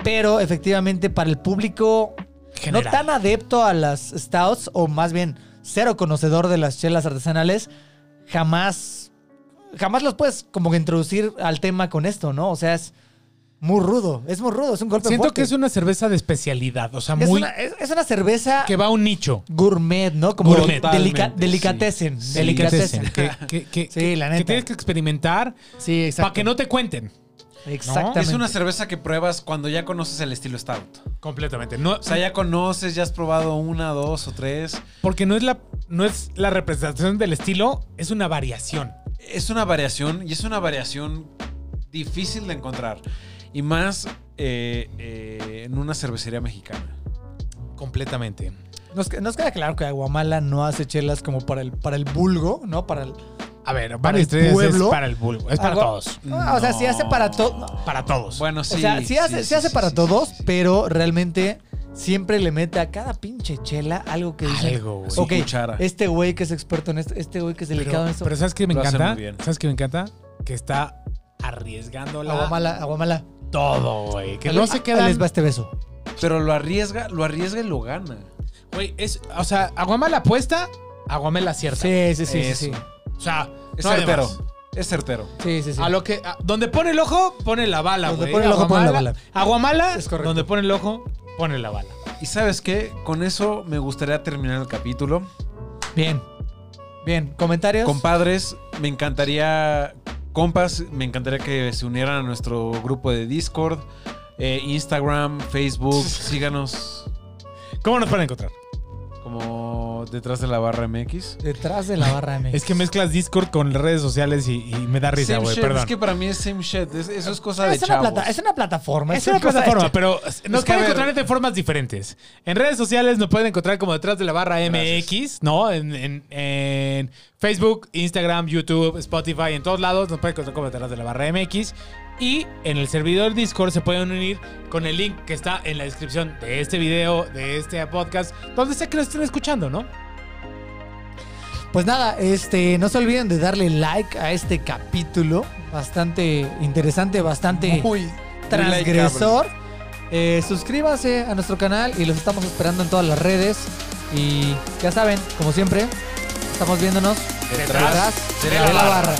Pero efectivamente, para el público General. no tan adepto a las Stouts, o más bien cero conocedor de las chelas artesanales, jamás, jamás los puedes como que introducir al tema con esto, ¿no? O sea, es muy rudo. Es muy rudo, es un golpe Siento fuerte. que es una cerveza de especialidad. O sea, Es muy. una- es- es una cerveza que va a un nicho. gourmet, ¿no? Como Gourmet. delica- Totalmente, delicatessen. sí. delicatessen. Que, que- que- Sí, la que neta. tienes que experimentar Sí, exacto. para que no te cuenten. Exactamente. Es una cerveza que pruebas cuando ya conoces el estilo stout. Completamente. No, O sea, ya conoces, ya has probado una, dos o tres. porque no es, la, no es la representación del estilo, es una variación. Es una variación y es una variación difícil de encontrar. Y más eh, eh, en una cervecería mexicana. Completamente. nos, nos queda claro que Aguamala no hace chelas como para el, para el vulgo, ¿no? Para el. A ver, Para el varias estrellas pueblo. es para el vulgo, es para Agua- todos. Ah, O sea, sí hace para todo. Para todos. Bueno, sí. o sea, sí hace, sí hace para todos, pero realmente siempre le mete a cada pinche chela algo que dice. Algo, güey. Su Ok, cuchara. este güey que es experto en esto, este güey que es delicado pero, en esto. pero ¿sabes qué me Lo hace encanta? muy bien. ¿Sabes qué me encanta? Que está arriesgando la Aguamala, Aguamala. todo, güey. Que Ahí- no se ahí Les va quedan. este beso. Pero lo arriesga, lo arriesga y lo gana. Güey, es, o sea, Aguamala apuesta, Aguamala acierta. Sí, sí, sí, sí, Eso. sí. O sea, Es no hay certero. más. Es certero. Sí, sí, sí. A lo que a- donde pone el ojo, pone la bala, Donde güey. pone el ojo, pone la bala. Aguamala, Es correcto. donde pone el ojo, pone la bala. Y sabes qué, con eso me gustaría terminar el capítulo. Bien. Bien. ¿Comentarios? Compadres, me encantaría, compas, me encantaría que se unieran a nuestro grupo de Discord, eh, Instagram, Facebook, síganos ¿Cómo nos pueden encontrar? como detrás de la barra MX. Detrás de la barra MX. Es que mezclas Discord con redes sociales y, y me da risa, Same güey. shit, Perdón. Es que para mí es same shit, es- eso es cosa de Ah, es, una chavos. plata- es una plataforma. Es una cosa plataforma, hecha. pero nos que, a pueden ver- encontrar de formas diferentes. En redes sociales nos pueden encontrar como detrás de la barra MX, Gracias. ¿no? En, en- en Facebook, Instagram, YouTube, Spotify, en todos lados nos pueden encontrar como detrás de la barra MX. Y en el servidor Discord se pueden unir con el link que está en la descripción de este video, de este podcast, donde sea que lo estén escuchando, ¿no? Pues nada, este, no se olviden de darle like a este capítulo. Bastante interesante, bastante Muy transgresor. Eh, suscríbase a nuestro canal y los estamos esperando en todas las redes. Y ya saben, como siempre, estamos viéndonos Detrás de la barra. barra.